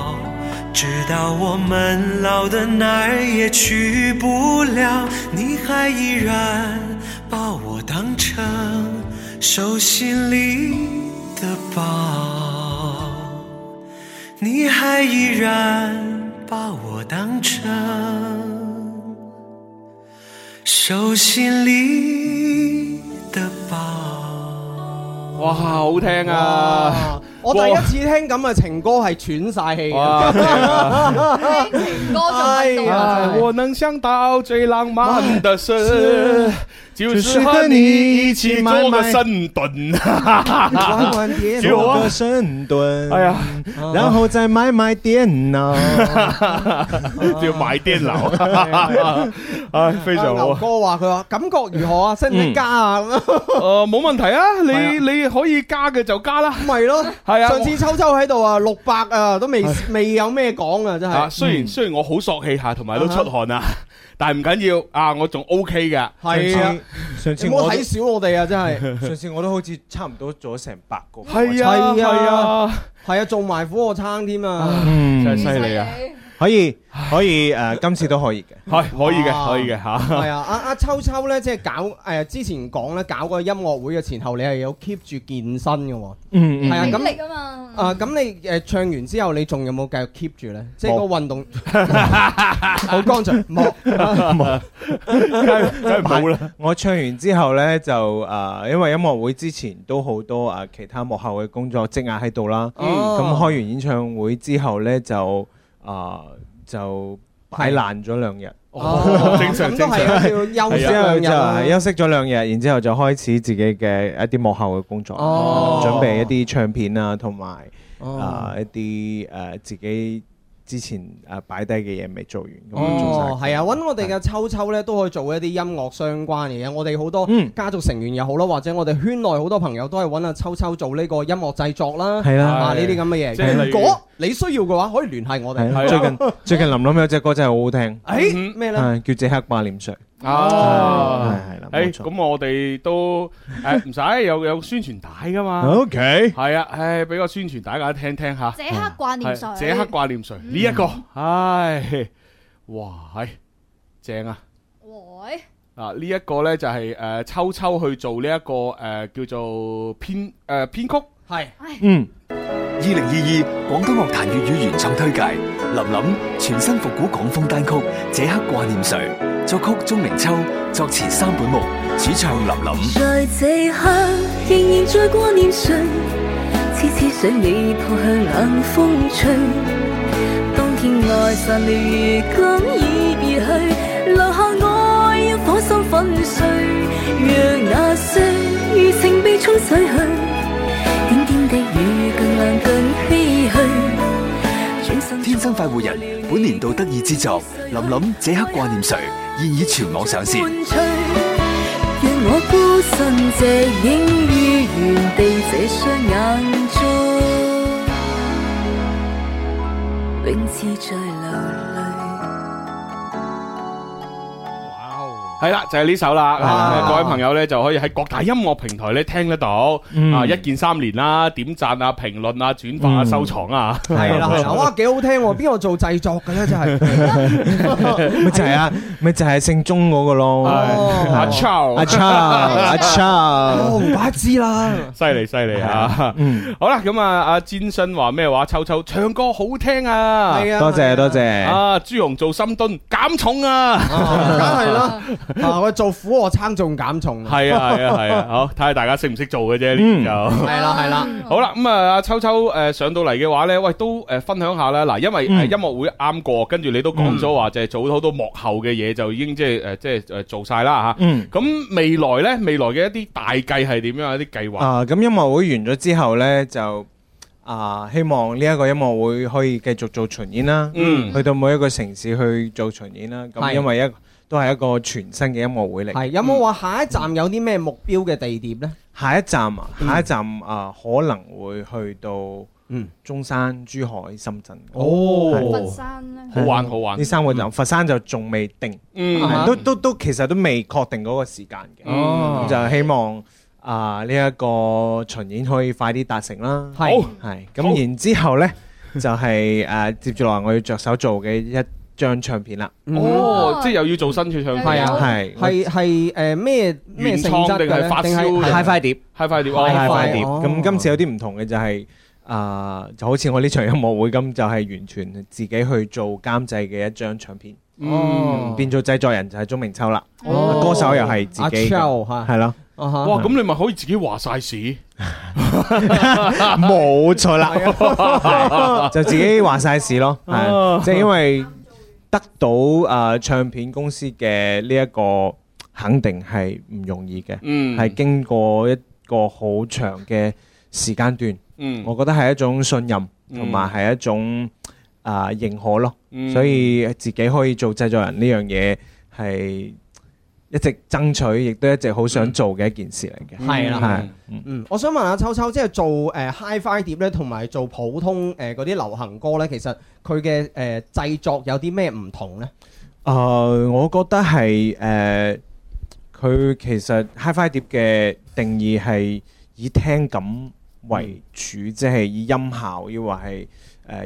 A: 直到我们老的哪儿也去不了，你还依然把我当成手心里的宝，你还依然把我当成手心里的宝。
B: 哇，好聽啊！
C: 哇我第一次聽咁嘅情歌係喘晒氣嘅，
B: 哇，正啊
D: 情歌仲喺度啊
C: 哎呀
B: 我能想到最浪漫的事
H: 是，
B: 就是和你一起做个深蹲。
H: 晚晚点我个深蹲，
B: 啊哎呀，
H: 然后再买买電 腦。
B: 要買電腦，唉，非常好
C: 牛
B: 啊。
C: 哥話佢話感覺如何啊？識唔識加啊？咁樣
B: 誒，冇問題啊，你你可以加嘅就加啦。
C: 咪咯，
B: 係啊
C: 上次秋秋喺度啊，六百啊，都未未有咩講啊，真
B: 啊，
C: 係。
B: 雖然雖然我好索氣嚇，同埋都出汗啊，但係唔緊要啊，我仲 OK 嘅。
C: 係啊，
H: 上
C: 你
H: 次
C: 唔好
H: 我
C: 睇小我哋啊，真 係。
H: 上次我都好似差唔多做咗成百個。
B: 係啊，
C: 係
B: 係
C: 啊
B: 啊。
C: 係啊，做埋俯卧撐添啊。
H: 嗯
B: 真係犀利啊！
H: 可以可以誒，今次都可以嘅。
B: 係可以嘅，
C: 哇
B: 可以嘅吓。
C: 係啊，阿阿秋秋咧，即係搞誒之前講咧，搞個音樂會嘅前後，你係有 keep 住健身嘅喎。
H: 嗯
C: 係啊咁
D: 精力啊嘛。
C: 啊，咁你誒唱完之後，你仲有冇繼續 keep 住咧？即係個運動 好乾脆，冇
B: 梗係 梗係冇啦。
H: 我唱完之後呢，就誒、呃因為音樂會之前都好多誒、呃其他幕後嘅工作積壓喺度啦。嗯咁、
C: 哦
H: 開完演唱會之後呢，就誒、呃就擺爛咗兩日，
C: 哦
B: 正常
C: 咁都
B: 正常
C: 係要休息
H: 之後
C: 兩
H: 就
C: 日啊
H: 係休息咗兩日，然之後就開始自己嘅一啲幕後嘅工作，
C: 哦
H: 準備一啲唱片啊，同埋
C: 哦
H: 啊一啲誒、呃自己之前誒擺低嘅嘢未做完，咁樣做
C: 哦，
H: 晒
C: 係啊，揾我哋嘅秋秋咧，都可以做一啲音樂相關嘅嘢。我哋好多
H: 嗯
C: 家族成員又好啦，或者我哋圈內好多朋友都係揾阿秋秋做呢個音樂製作啦，
H: 係啦
C: 啊呢啲咁嘅
B: 即係
C: 嘢。
B: 例如
C: 如果你需要嘅話，可以聯繫我
H: 係
C: 哋。
H: 啊最近最近林琳有隻歌真係好好聽。
C: 誒咩咧？
H: 啊叫隻黑霸臉誰？
B: 啊哦
H: 係係啦
B: 誒
H: 冇錯
B: 咁我哋都誒唔使有有宣傳帶噶
H: Ờ,
B: 嘛。
H: K，
B: 係啊，唉，俾個宣傳大家聽聽下。
D: 這刻掛念
B: 係
D: 誰？
B: 這刻掛念誰呢一個？唉，哇，係正啊！
D: 喂，
B: 啊！呢一個呢就係誒秋秋去做呢一個誒叫做編誒編曲，
C: 係
H: 嗯，
I: 二零二二廣東樂壇粵語原創推介，林琳全新復古港風單曲《這刻掛念誰》，作曲鍾明秋，作詞三本木，主唱林琳。
J: 在這刻，仍然在掛念誰？痴痴想你撲向冷風吹。當天愛散了，如今已別去，留下我一顆心粉碎。若那歲餘情被沖洗去，點點滴雨更冷更唏噓。轉身
I: 天生快活人本年度得意之作《林琳這刻掛念誰》現已全網上線。
J: 伴隨讓我孤身這影於原地，這雙眼中永志在流淚。
B: 係啦，就係呢首啦。
C: 啊
B: 啊各位朋友呢，就可以喺各大音樂平台呢聽得到。啊，一鍵三連啦，點讚啊、評論啊、轉發啊、
H: 嗯
B: 收藏啊。
H: Ừ,
C: 係啦，係啦，哇，幾好聽喎！邊個做製作嘅咧？真 係，
H: 咪就係啊，咪就係姓鐘嗰個咯，
C: 哦
B: 阿 Charles
H: 阿 Charles，阿 Charles，
C: 我唔怪得知啦。
B: 犀利犀利啊！
H: 嗯，
B: 好啦，咁啊，阿詹生話咩話？秋秋唱歌好聽啊！
C: 係啊，
H: 多謝多謝，
B: 啊，朱紅做深蹲減重啊！
C: 梗係啦，啊，我做俯卧撐仲減 重，
B: 係啊係啊係啊！好，睇下大家識唔識做嘅啫呢啲就。
C: 係啦係啦，
B: 好啦，咁啊，阿秋秋誒上到嚟嘅話呢，喂都誒分享下啦。嗱，因為誒
H: 嗯
B: 音樂會啱過，跟住你都講咗話就係做好多幕後嘅嘢，就已經即係誒即係誒做晒啦吓。
H: 嗯。
B: 咁未來呢，未來嘅一啲大計係點樣？一啲計劃
H: 啊，咁音樂會完咗之後呢，就啊希望呢一個音樂會可以繼續做巡演啦，
B: 嗯
H: 去到每一個城市去做巡演啦。咁
C: 係
H: 因為一都係一個全新嘅音樂會嚟。
C: 係有冇話下一站有啲咩目標嘅地點咧？
H: 下一站啊，
B: 嗯
H: 下一站啊，可能會去到
C: 嗯
H: 中山、珠海、深圳。
D: 佛
B: 哦，
D: 山咧，
B: 好玩好玩
H: 呢，三個站，佛山就仲未定，
B: 嗯
C: 啊
H: 都都都其實都未確定嗰個時間嘅。
B: 哦
H: 咁就希望啊呢一個巡演可以快啲達成啦。
B: 好
C: 係
H: 係
B: 好
H: 咁，然之後呢，就係誒接住落嚟我要着手做嘅一張唱片啦。
B: 哦，即係又要做新嘅唱
D: 係
B: 片
C: 啊
H: 係
C: 係係誒咩咩性質
B: 原創
C: 嘅
B: 定係發燒
H: 我
B: 嘅
H: 嗨快碟，
B: 嗨快碟，
H: 嗨
B: 哦
H: 快碟。
C: 哦
H: 咁今次有啲唔同嘅就係啊，就好似我呢場音樂會咁，就係完全自己去做監製嘅一張唱片。
B: 嗯，
H: 變做製作人就係鐘明秋啦，
C: 哦
H: 歌手又係自
C: 阿
H: 己嘅，
C: Charles 嚇
H: 係咯，
C: 啊
B: 哇，咁你咪可以自己話晒事。
H: 冇錯啦， 就自己話晒事咯，
B: 哦
H: 係即係因為得到誒唱片公司嘅呢一個肯定係唔容易嘅，
B: 嗯，
H: 係經過一個好長嘅時間段，
B: 嗯，
H: 我覺得係一種信任
B: 嗯
H: 同埋係一種啊認可咯。
B: 嗯
H: 所以自己可以做製作人呢樣嘢係一直爭取，亦都一直好
B: 嗯
H: 想做嘅一件事嚟嘅。
C: 係啦
H: 係
C: 嗯，我想問下秋秋，即係做誒 HiFi 碟咧，同埋做普通誒嗰啲流行歌咧，其實佢嘅誒製作有啲咩唔同咧？
H: 誒，呃我覺得係誒，呃佢、其實 HiFi 碟嘅定義係以聽感為呃主，即係以音效，抑或係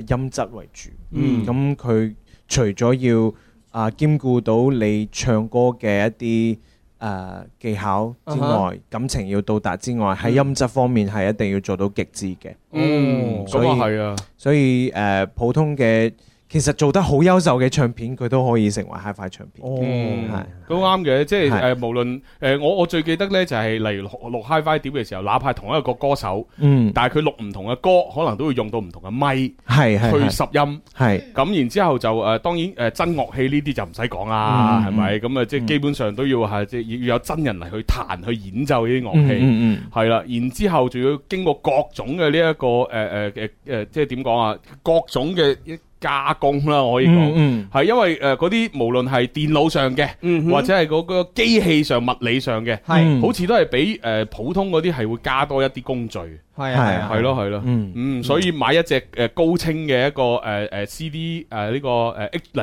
H: 誒音質為主。
B: 嗯
H: 咁佢除咗要啊兼顧到你唱歌嘅一啲誒技巧之
B: 啊哈
H: 外，感情要到達之外，喺音質方面係一定要做到極致嘅。
B: 嗯
H: 所以
B: 咁啊係啊，
H: 所以誒普通嘅其實做得好優秀嘅唱片，佢都可以成為 HiFi 唱片。
B: 嗯
H: 係。
B: 都啱嘅，即係
H: 係
B: 誒，無論誒，我我最記得呢，就係例如錄錄 HiFi 碟嘅時候，哪怕同一個歌手，
H: 嗯
B: 但係佢錄唔同嘅歌，可能都會用到唔同嘅咪
H: 係係
B: 去
H: 係
B: 十音，
H: 係
B: 咁然之後就誒，當然誒真樂器呢啲就唔使講啦，
H: 嗯
B: 係咪？咁啊，即係基本上都要係即係要要有真人嚟去彈去演奏呢啲樂器。
H: 嗯嗯嗯
B: 係啦，然之後仲要經過各種嘅呢一個呃誒誒誒誒，即係點講啊？各種嘅加工啦，我可以講，係、
H: 嗯
B: 因為誒嗰啲無論係電腦上嘅，
C: 嗯哼
B: 或者嗯係嗰個機器上、物理上嘅，
H: 嗯
C: 係
B: 好似都係比誒、呃普通嗰啲係會加多一啲工序。
C: 係啊係啊
B: 係咯係咯，
H: 嗯
B: 所以買一隻誒高清嘅一個呃誒誒 CD 誒呃呢個誒 H 例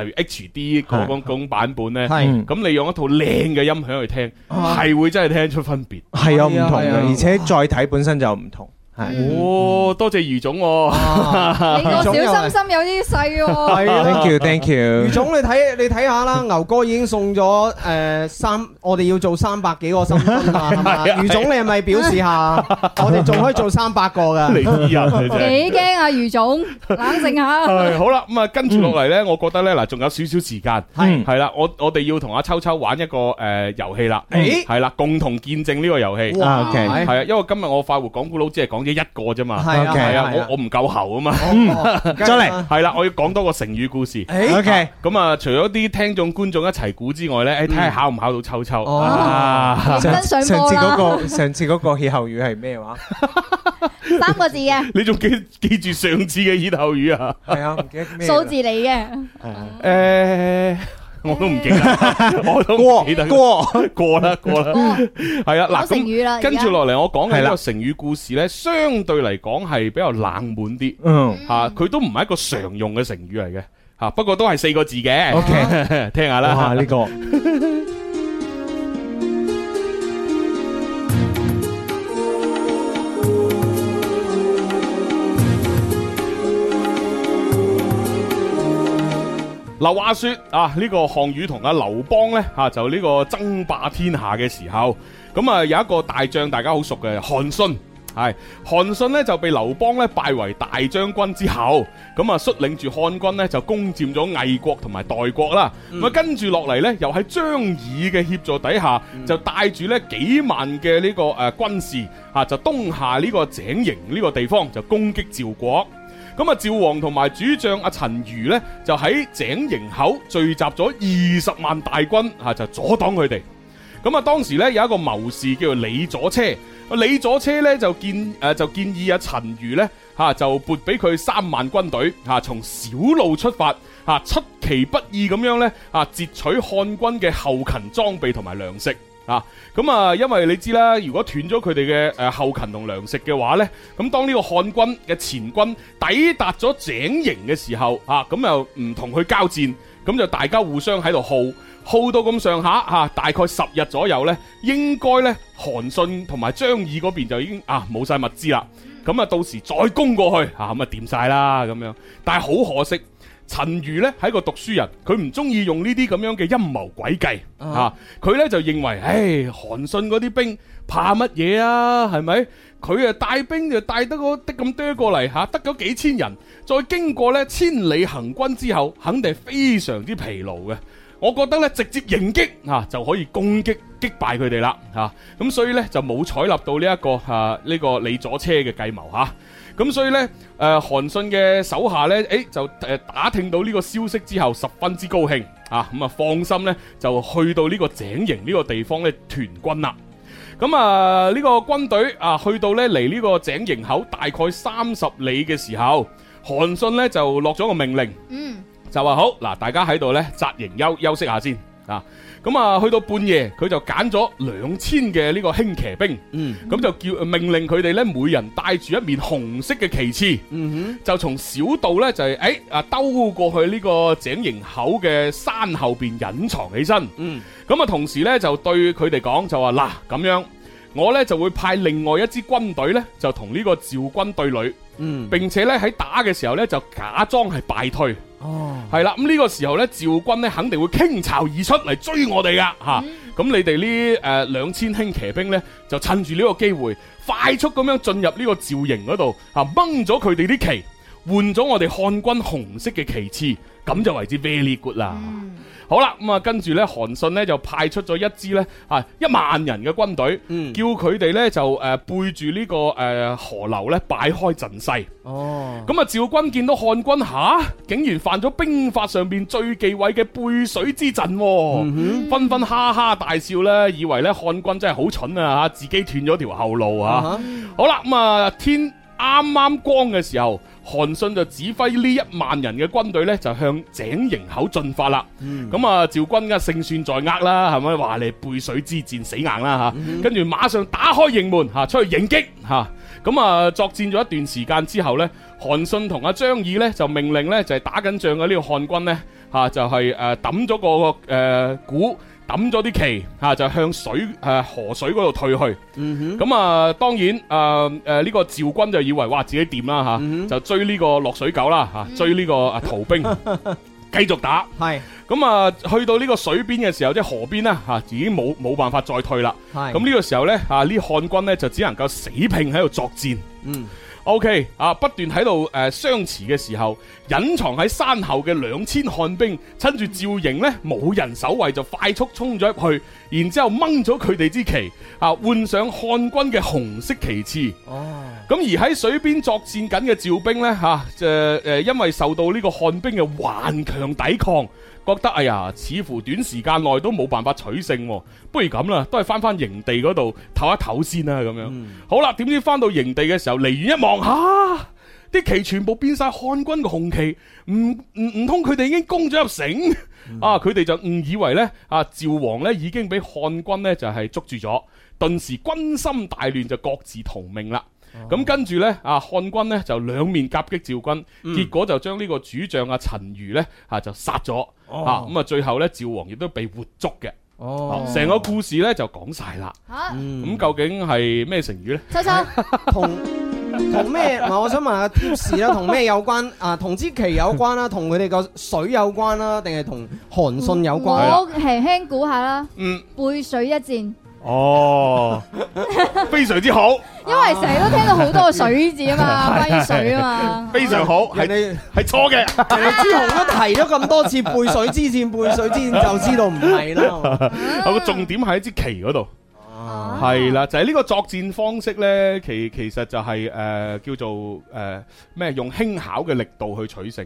B: 如 HD 嗰種嗰種版本咧，
H: 係啊
B: 咁你用一套靚嘅音響去聽，係會真係聽出分別。
H: 係有唔同
B: 係啊係
H: 嘅，
B: 啊
H: 而且載體本身就唔同。係。
B: 哦，多謝余總喎，
D: 你個小心心有啲細喎。
H: Thank you，thank you
C: 余。總，你睇你睇下啦，牛哥已經送咗誒三，我哋要做三百幾個心心啊，係嘛？
H: 係啊
C: 余總，你係咪表示下？我哋仲可以做三百個 㗎。
B: 你啲人啊真係
D: 幾驚啊，余總，冷靜下。
B: 係好啦，咁啊跟住落嚟呢，我覺得呢，嗱，仲有少少時間，
C: 係
H: 嗯
B: 係啦，我我哋要同阿秋秋玩一個嗯誒遊戲啦，
C: 誒
B: 係啦，共同見證呢個遊戲。
C: 哇 OK
B: 係啊，因為今日我快活講古佬只係講咗一個啫嘛，
C: 係啊
B: 係啊，
C: 係啊
B: 我我唔夠喉啊嘛，
C: 再嚟
B: 係啦，我要講多個成語故事。
C: 誒
H: OK
B: 咁啊，除咗啲聽眾觀眾一齊估之外呢，誒睇下考唔考到秋秋
H: 哦
B: 啊？
H: 上
D: 上
H: 上次嗰
D: 波
H: 個上次嗰個歇後語係咩話？
D: 三個字嘅
B: 你仲記記住上次嘅歇後語啊？
H: 係啊，唔 記得咩啦
D: 數字嚟嘅，
B: 诶，我都唔記 得，我都唔記得
H: 過
B: 過啦過啦，係啊嗱，
D: 講成語啦
B: 咁跟
D: 而
B: 住
D: 家
B: 落嚟，我講嘅
H: 係
B: 呢
H: 啦
B: 個成語故事咧，相對嚟講係比較冷門啲，
H: 嗯
B: 吓佢都唔係一個常用嘅成語嚟嘅，吓不過都係四個字嘅
H: OK
B: 聽下啦，
H: 哇呢個
B: 嗱，話說啊，呢個項羽同阿劉邦呢，嚇、就呢個爭霸天下嘅時候，咁啊有一個大將大家好熟嘅韓信。係韓信呢就被劉邦咧拜為大將軍之後，咁啊率領住漢軍呢就攻佔咗魏國同埋代國啦。咁啊、跟住落嚟呢，又喺張儀嘅協助底下，就帶住呢幾萬嘅呢、個誒、呃、軍士啊，就東下呢個井營呢個地方就攻擊趙國。咁啊，趙王同埋主將阿陳馀呢，就喺井營口聚集咗二十萬大軍，啊就阻擋佢哋。咁啊，當時呢，有一個謀士叫做李左車，啊李左車呢，就建誒、呃就建議阿陳馀呢，嚇、就撥俾佢三萬軍隊嚇、啊，從小路出發嚇、啊出其不意咁樣呢，啊截取漢軍嘅後勤裝備同埋糧食。啊，咁啊，因為你知啦，如果斷咗佢哋嘅誒後勤同糧食嘅話呢，咁當呢個漢軍嘅前軍抵達咗井營嘅時候，啊，咁又唔同佢交戰，咁就大家互相喺度耗，耗到咁上下嚇，大概十日左右呢，應該呢，韓信同埋張儀嗰邊就已經啊冇晒物資啦，咁啊到時再攻過去啊，咁啊掂晒啦咁樣，但係好可惜。陳馀呢係一個讀書人，佢唔中意用呢啲咁樣嘅陰謀詭計啊！佢呢就認為，唉，韓信嗰啲兵怕乜嘢啊？係咪？佢啊帶兵就帶得嗰的咁多過嚟嚇，得嗰幾千人，再經過呢千里行軍之後，肯定係非常之疲勞嘅。我覺得咧直接迎擊啊、就可以攻擊擊敗佢哋啦嚇，咁、所以咧就冇採納到呢、一個嚇呢、個李左車嘅計謀嚇。咁、所以咧，誒、韓信嘅手下咧，誒、就誒、呃打聽到呢個消息之後，十分之高興啊！咁啊，放心咧，就去到呢個井營呢個地方咧團軍啦。咁啊，呢個軍隊啊，去到呢離呢個井營口大概三十里嘅時候，韓信呢就落咗個命令，
D: 嗯，
B: 就話好嗱，大家喺度呢紮營休休息下先啊。咁啊，去到半夜，佢就揀咗兩千嘅呢個輕騎兵，
C: 嗯，
B: 咁就叫命令佢哋呢每人帶住一面紅色嘅旗幟，
C: 嗯
B: 就從小道呢，就係誒啊兜過去呢個井營口嘅山後邊隱藏起身。
C: 嗯
B: 咁啊，同時咧就對佢哋講就話嗱咁樣，我咧就會派另外一支軍隊咧就同呢個趙軍對壘，
C: 嗯
B: 並且咧喺打嘅時候咧就假裝係敗退系啦，咁呢個時候咧，趙軍咧肯定會傾巢而出嚟追我哋噶吓。咁你哋呢诶两千輕騎兵咧，就趁住呢個機會，快速咁樣進入呢個趙營嗰度吓，掹咗佢哋啲旗，換咗我哋漢軍紅色嘅旗幟，咁就為之 very good 啦。
D: 嗯
B: 好啦，咁啊，跟住咧，韓信咧就派出咗一支咧啊一萬人嘅軍隊，
C: 嗯
B: 叫佢哋咧就诶、呃背住呢、個个呃河流咧擺開陣勢。
C: 哦，
B: 咁啊，趙軍見到漢軍吓，竟然犯咗兵法上邊最忌諱嘅背水之陣，喎，紛紛哈哈大笑咧，以為咧漢軍真係好蠢啊嚇，自己斷咗條後路啊！好啦，咁啊天啱啱光嘅時候，韓信就指揮呢一萬人嘅軍隊咧，就向井營口進發啦。咁啊，趙軍嘅勝算在握啦，係咪？話你背水之戰死硬啦嚇，跟住馬上打開營門嚇，出去迎擊嚇。咁啊，作戰咗一段時間之後呢，韓信同阿張耳呢就命令呢，就係、打緊仗嘅呢個漢軍呢，嚇、就係誒抌咗個誒、呃鼓，抌咗啲旗嚇、就向水誒、呃河水嗰度退去。咁啊、當然誒誒呢個趙軍就以為哇自己掂啦嚇，就追呢個落水狗啦嚇，追呢個啊逃兵，繼續打。
C: 係
B: 咁啊，去到呢個水邊嘅時候，即係河邊啦嚇，已經冇冇辦法再退啦。
C: 係
B: 咁呢個時候呢，啊呢漢軍呢就只能夠死拼喺度作戰。
C: 嗯。
B: O.K. 啊，不斷喺度誒相持嘅時候，隱藏喺山後嘅兩千漢兵，趁住趙營呢冇人守衛，就快速衝咗入去，然之後掹咗佢哋支旗，啊換上漢軍嘅紅色旗幟。咁而喺水邊作戰緊嘅趙兵呢，嚇、就誒因為受到呢個漢兵嘅頑強抵抗，覺得哎呀，似乎短時間內都冇辦法取勝喎、不如咁啦，都係翻翻營地嗰度唞一唞先啦，咁樣。好啦，點知翻到營地嘅時候，離遠一望嚇。啲旗全部變晒漢軍嘅紅旗，唔唔唔通佢哋已經攻咗入城啊！佢哋就誤以為呢，啊趙王呢已經俾漢軍呢就係、捉住咗，頓時軍心大亂，就各自逃命啦。咁跟住呢，啊漢軍呢就兩面夾擊趙軍，結果就將呢個主將啊陳馀呢啊就殺咗，
H: 哦
B: 啊咁啊最後呢，趙王亦都被活捉嘅。
C: 哦
B: 啊成個故事呢就講晒啦。
D: 吓，
B: 咁究竟係咩成語呢？
D: 秋秋，
C: 同同咩？唔係，我想問下 tips 啦，同咩有關？啊，同支旗有關啦，同佢哋個水有關啦，定係同韓信有關？
D: 我輕輕估下啦，
B: 嗯，
D: 背水一戰，因
B: 哦，非常之好，
D: 為成日都聽到好多個水字啊嘛，關於水啊嘛。
B: 非常好，係
C: 人
B: 係錯嘅。
C: 哋人哋 朱紅都提咗咁多次背水之戰，背水之戰就知道唔係啦。
B: 有個重點喺支旗嗰度，
D: 啊
B: 係啦，就係呢個作戰方式呢，其其實就係誒叫做誒咩用輕巧嘅力度去取勝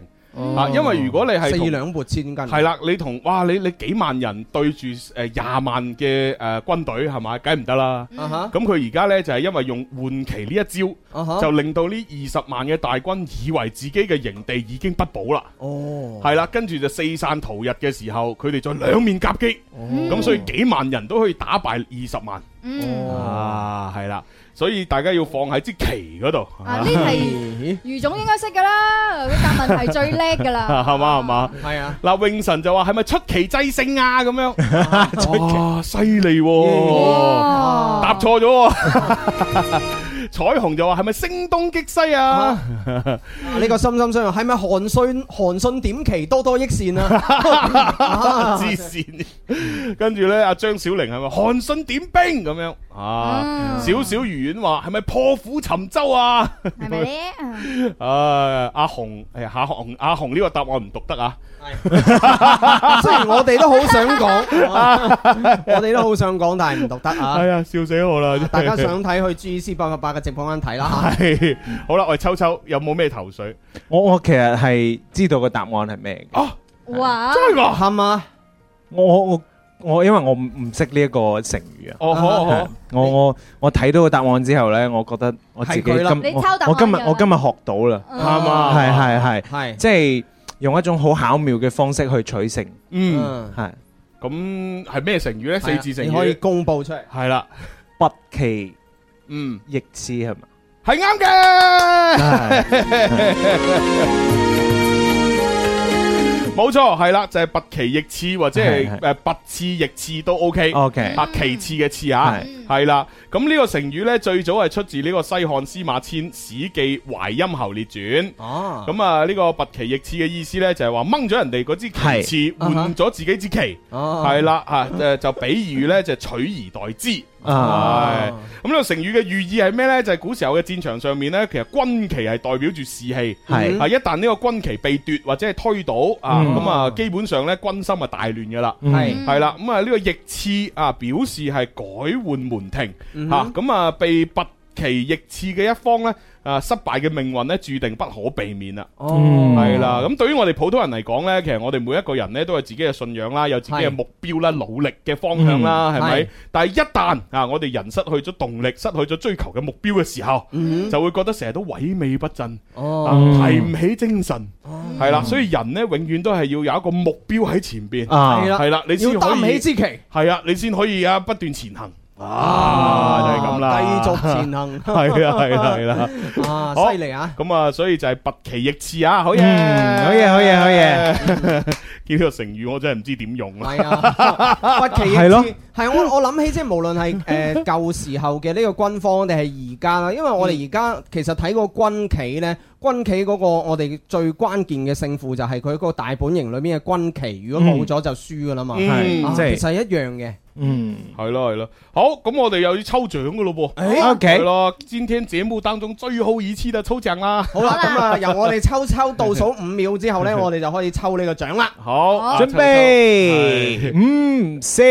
B: 啊，因為如果你係
C: 哦四
B: 同
C: 兩撥千斤，
B: 係啦，你同哇你你幾萬人對住誒廿萬嘅誒軍隊係咪？梗係唔得啦。
C: 啊哈
B: 咁佢而家呢，就係因為用換旗呢一招，
C: 啊哈
B: 就令到呢二十萬嘅大軍以為自己嘅營地已經不保啦。
C: 哦，
B: 係啦，跟住就四散逃逸嘅時候，佢哋再兩面夾擊，
D: Ừ.
B: 咁所以幾萬人都可以打敗二十萬。
D: 嗯，
B: Ờ. 啊，係啦，所以大家要放喺支旗嗰度，
D: 啊呢題
C: 咦
D: 余總應該識噶啦，佢答問題最叻噶啦，
B: 啊係嘛係嘛。
C: 係啊，
B: 嗱，永神就話係咪出奇制勝啊？咁樣， 哇，犀利喎！
D: 哇
B: 哦答錯咗喎。 彩虹就話係咪聲東擊西啊？
C: 呢個深深相係咪韓信韓信點旗多多益善啊？
D: 啊
B: 黐線！跟住呢，阿張小玲係咪韓信點兵咁樣啊？
D: 嗯
B: 小小魚丸話係咪破釜沉舟啊？
D: 係咪嗯咧？
B: 啊，阿紅，誒阿紅，阿紅呢個答案唔讀得啊！
C: 雖然我哋都好想講， 我哋都好想講，但係唔讀得啊！
B: 啊，笑死我啦
C: 大家想睇去 GC 八八八嘅直播間睇啦
B: 係 好啦，喂，秋秋有冇咩頭緒？
H: 我我其實係知道個答案係咩嘅。
D: 哇！
B: 真係
C: 嚇，
B: 㗎？
C: 係嘛？
H: 我我我因為我唔唔識呢一個成語啊。
B: 哦，好好好，
H: 我我我睇到個答案之後咧，我覺得我自己
C: 係佢啦
H: 今
D: 你
H: 我
D: 抄答案
H: 我今日
D: 㗎嗯
H: 我今日學到啦，
B: 啱啊，
H: 係係係，
C: 係，
H: 即係用一種好巧妙嘅方式去取勝，
B: 嗯，
C: 嗯，
H: 係
B: 咁係咩成語呢？四字成
C: 啊你可以
B: 語
C: 公佈出嚟。
B: 係啦，
H: 不期
B: 嗯，
H: 亦知係嘛？
B: 係啱
H: 啊
B: 嘅。 冇錯，係啦，就係拔其翼刺或者係
H: 係哦
B: 誒拔刺翼刺都 OK。
H: OK
B: 拔其刺嘅刺啊，係啦。咁呢個成語呢，最早係出自呢個西漢司馬遷《史記淮陰侯列傳》。
C: 哦
B: 咁啊，呢個拔其翼刺嘅意思呢，就係話掹咗人哋嗰支旗
C: 係
B: 幟，換咗自己支旗。
H: 啊
C: 哦
B: 係啦，嚇誒就比喻呢，就取而代之。
C: 哦
H: 啊
B: 係咁呢個成語嘅寓意係咩呢？就係、古時候嘅戰場上面呢，其實軍旗係代表住士氣，
C: 嗯
H: 係
B: 啊一旦呢個軍旗被奪或者係推倒啊，
H: 嗯
B: 咁啊基本上呢，軍心啊大亂噶啦，
H: 係
B: 係啦，咁啊呢個逆刺啊表示係改換門庭
H: 嗯
B: 嚇，
H: 哼
B: 咁啊被拔旗逆刺嘅一方呢，啊失敗嘅命運呢，注定不可避免啦。
C: 哦
B: 係啦，咁對於我哋普通人嚟講呢，其實我哋每一個人呢，都有自己嘅信仰啦，有自己嘅
C: 係
B: 目標啦、努力嘅方向啦，
C: 嗯
B: 係咪
C: 係？
B: 但係一旦啊，我哋人失去咗動力、失去咗追求嘅目標嘅時候，就會覺得成日都萎靡不振，啊提唔起精神，啊
D: 嗯
B: 係啦。所以人呢，永遠都係要有一個目標喺前邊，
H: 啊係啦
B: 係啦，你先
C: 要
B: 可
C: 擔
B: 以
C: 起支旗，
B: 係啊，你先可以啊不斷前行啊，就係咁啦，
C: 繼續前行
B: 係啊，係啦，係啦。
C: 啊，
B: 好
C: 犀利啊！
B: 咁啊，所以就係拔旗易刺啊，好嘢，
H: 嗯好嘢好嘢好
B: 嘢！ 見呢個成語我真係唔知點用啊。
C: 系 啊，不其
H: 係咯
C: 係我我諗起即係無論係誒舊時候嘅呢個軍方定係而家啦，因為
B: 嗯
C: 我哋而家其實睇個軍企呢，軍企嗰個我哋最關鍵嘅勝負就係佢個大本營裏面嘅軍旗，如果冇咗就輸噶啦嘛，
B: 嗯
H: 係
C: 啊
H: 即係
C: 其實一樣 嘅。
H: 嗯
B: 係咯係咯，好，咁我哋又要抽獎噶咯噃。係
H: OK
B: 咯，今天節目當中最好一次嘅抽獎啦。
C: 好啦，咁啊由我哋抽抽倒數五秒之後 呢，我哋就可以抽呢個獎啦。
B: 好，啊
H: 準備五四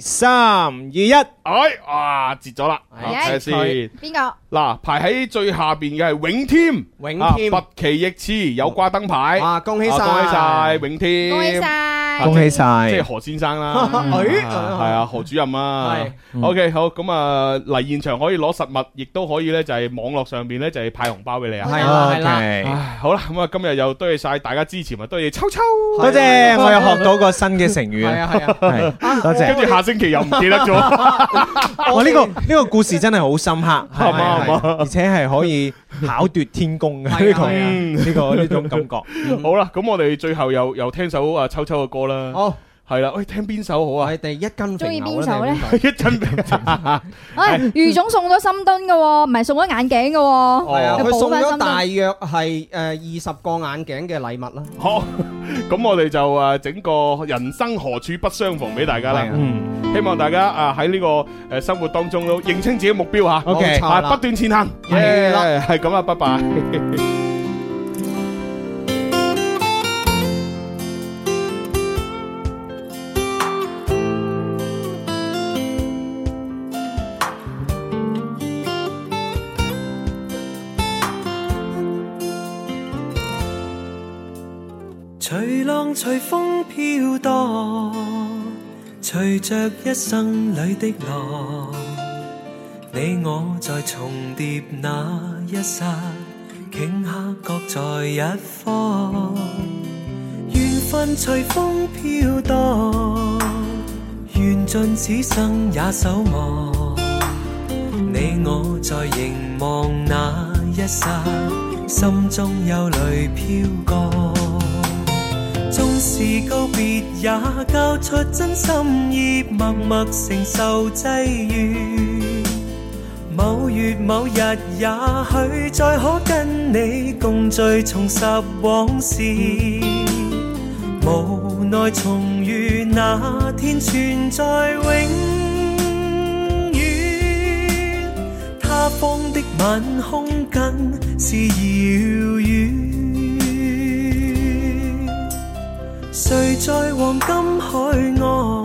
H: 三二一
B: 哎，哇，截咗啦，啊
C: 哎
B: 睇下先。
D: 邊個？
B: 嗱，排喺最下邊嘅係永添，
C: 永
B: 啊
C: 添
B: 拔旗易刺有掛燈牌。
C: 啊，恭喜
B: 啊
C: 晒！
B: 恭喜晒永添，
D: 恭喜晒！
H: 恭喜
B: 即係
H: 晒
B: 何先生啦。
C: 哎
B: 系
C: à,
B: 啊，何主任啊
C: 係
B: ，OK 好，咁啊嚟現場可以攞實物，亦都可以咧就係網絡上邊咧就係派紅包俾你啊。
H: ờ,
C: 係啦係啦，
B: 唉，好啦，咁啊今日又多謝晒大家支持，咪多謝秋秋，
H: 多謝我又學到個新嘅成語
C: 係
H: 啊
C: 啊係啊。
H: 係多
B: 跟
H: 謝
B: 住下星期又唔記得咗，
H: 我呢個呢個故事真係好深刻，係
B: 嘛係嘛
H: 而且係可以巧奪天工嘅呢
C: 係啊係啊
H: 個呢個呢種感覺。
C: Ừ.
B: 好啦，咁我哋最後又又聽首啊秋秋嘅歌 啦，
C: 好，
B: 係啦，喂聽邊首好啊？
C: 我哋一斤
D: 中
C: 肥
D: 意
C: 牛
D: 邊首
C: 咧
D: 呢？
B: 一陣
D: 哎，余總送咗深蹲嘅喎，唔係送咗眼鏡嘅喎。
C: 係啊，
D: 又
C: 佢
D: 補
C: 送
D: 返心
C: 咗
D: 燈
C: 大約係誒二十個眼鏡嘅禮物啦。
B: 好，咁我哋就啊整個人生何處不相逢俾大家啦
C: 係啊。
H: 嗯，
B: 希望大家啊喺呢個誒生活當中都認清自己目標嚇
H: OK
C: 冇錯啦
B: 啊不斷前行，
C: 係啦
B: 係咁啦，拜拜。
A: 隨浪隨風飄蕩，隨着一生裏的浪，你我在重疊那一剎，頃刻各在一方。緣分隨風飄蕩，緣盡此生也守望。你我在凝望那一剎，心中有淚飄降。縱是告別，也交出真心意，默默承受際遇。某月某日，也許再可跟你共聚，重拾往事。無奈重遇那天存在永遠，他方的晚空更是遙遠。誰在黃金海岸？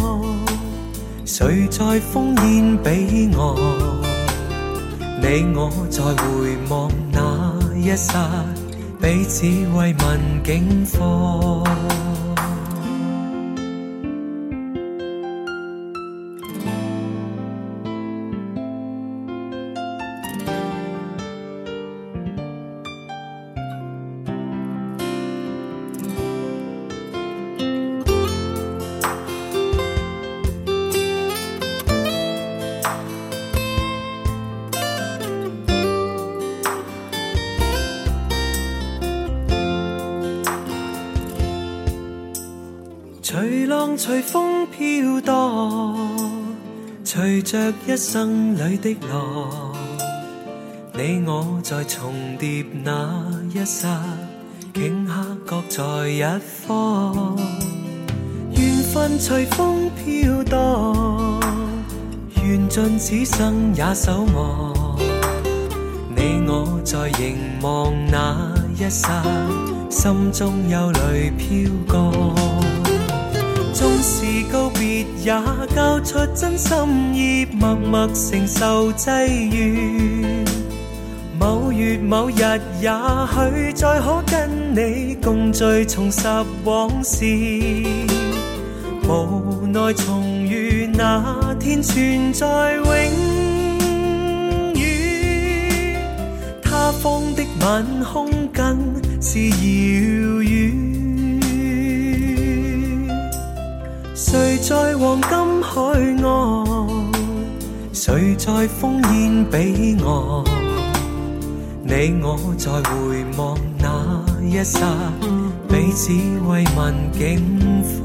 A: 誰在烽煙彼岸？你我在回望那一剎，彼此慰問境況。随浪随风飘荡，随着一生里的浪，你我在重叠那一刹，頃刻各在一方。缘分随风飘荡，缘尽此生也守望。你我在凝望那一刹，心中有泪飘降。纵是告別，也交出真心意，默默承受際遇。某月某日，也許再可跟你共聚，重拾往事。無奈重遇那天存在永遠，他方的晚空更是遙遠。谁在黃金海岸？谁在烽煙彼岸？你我在回望那一剎，彼此慰問境況。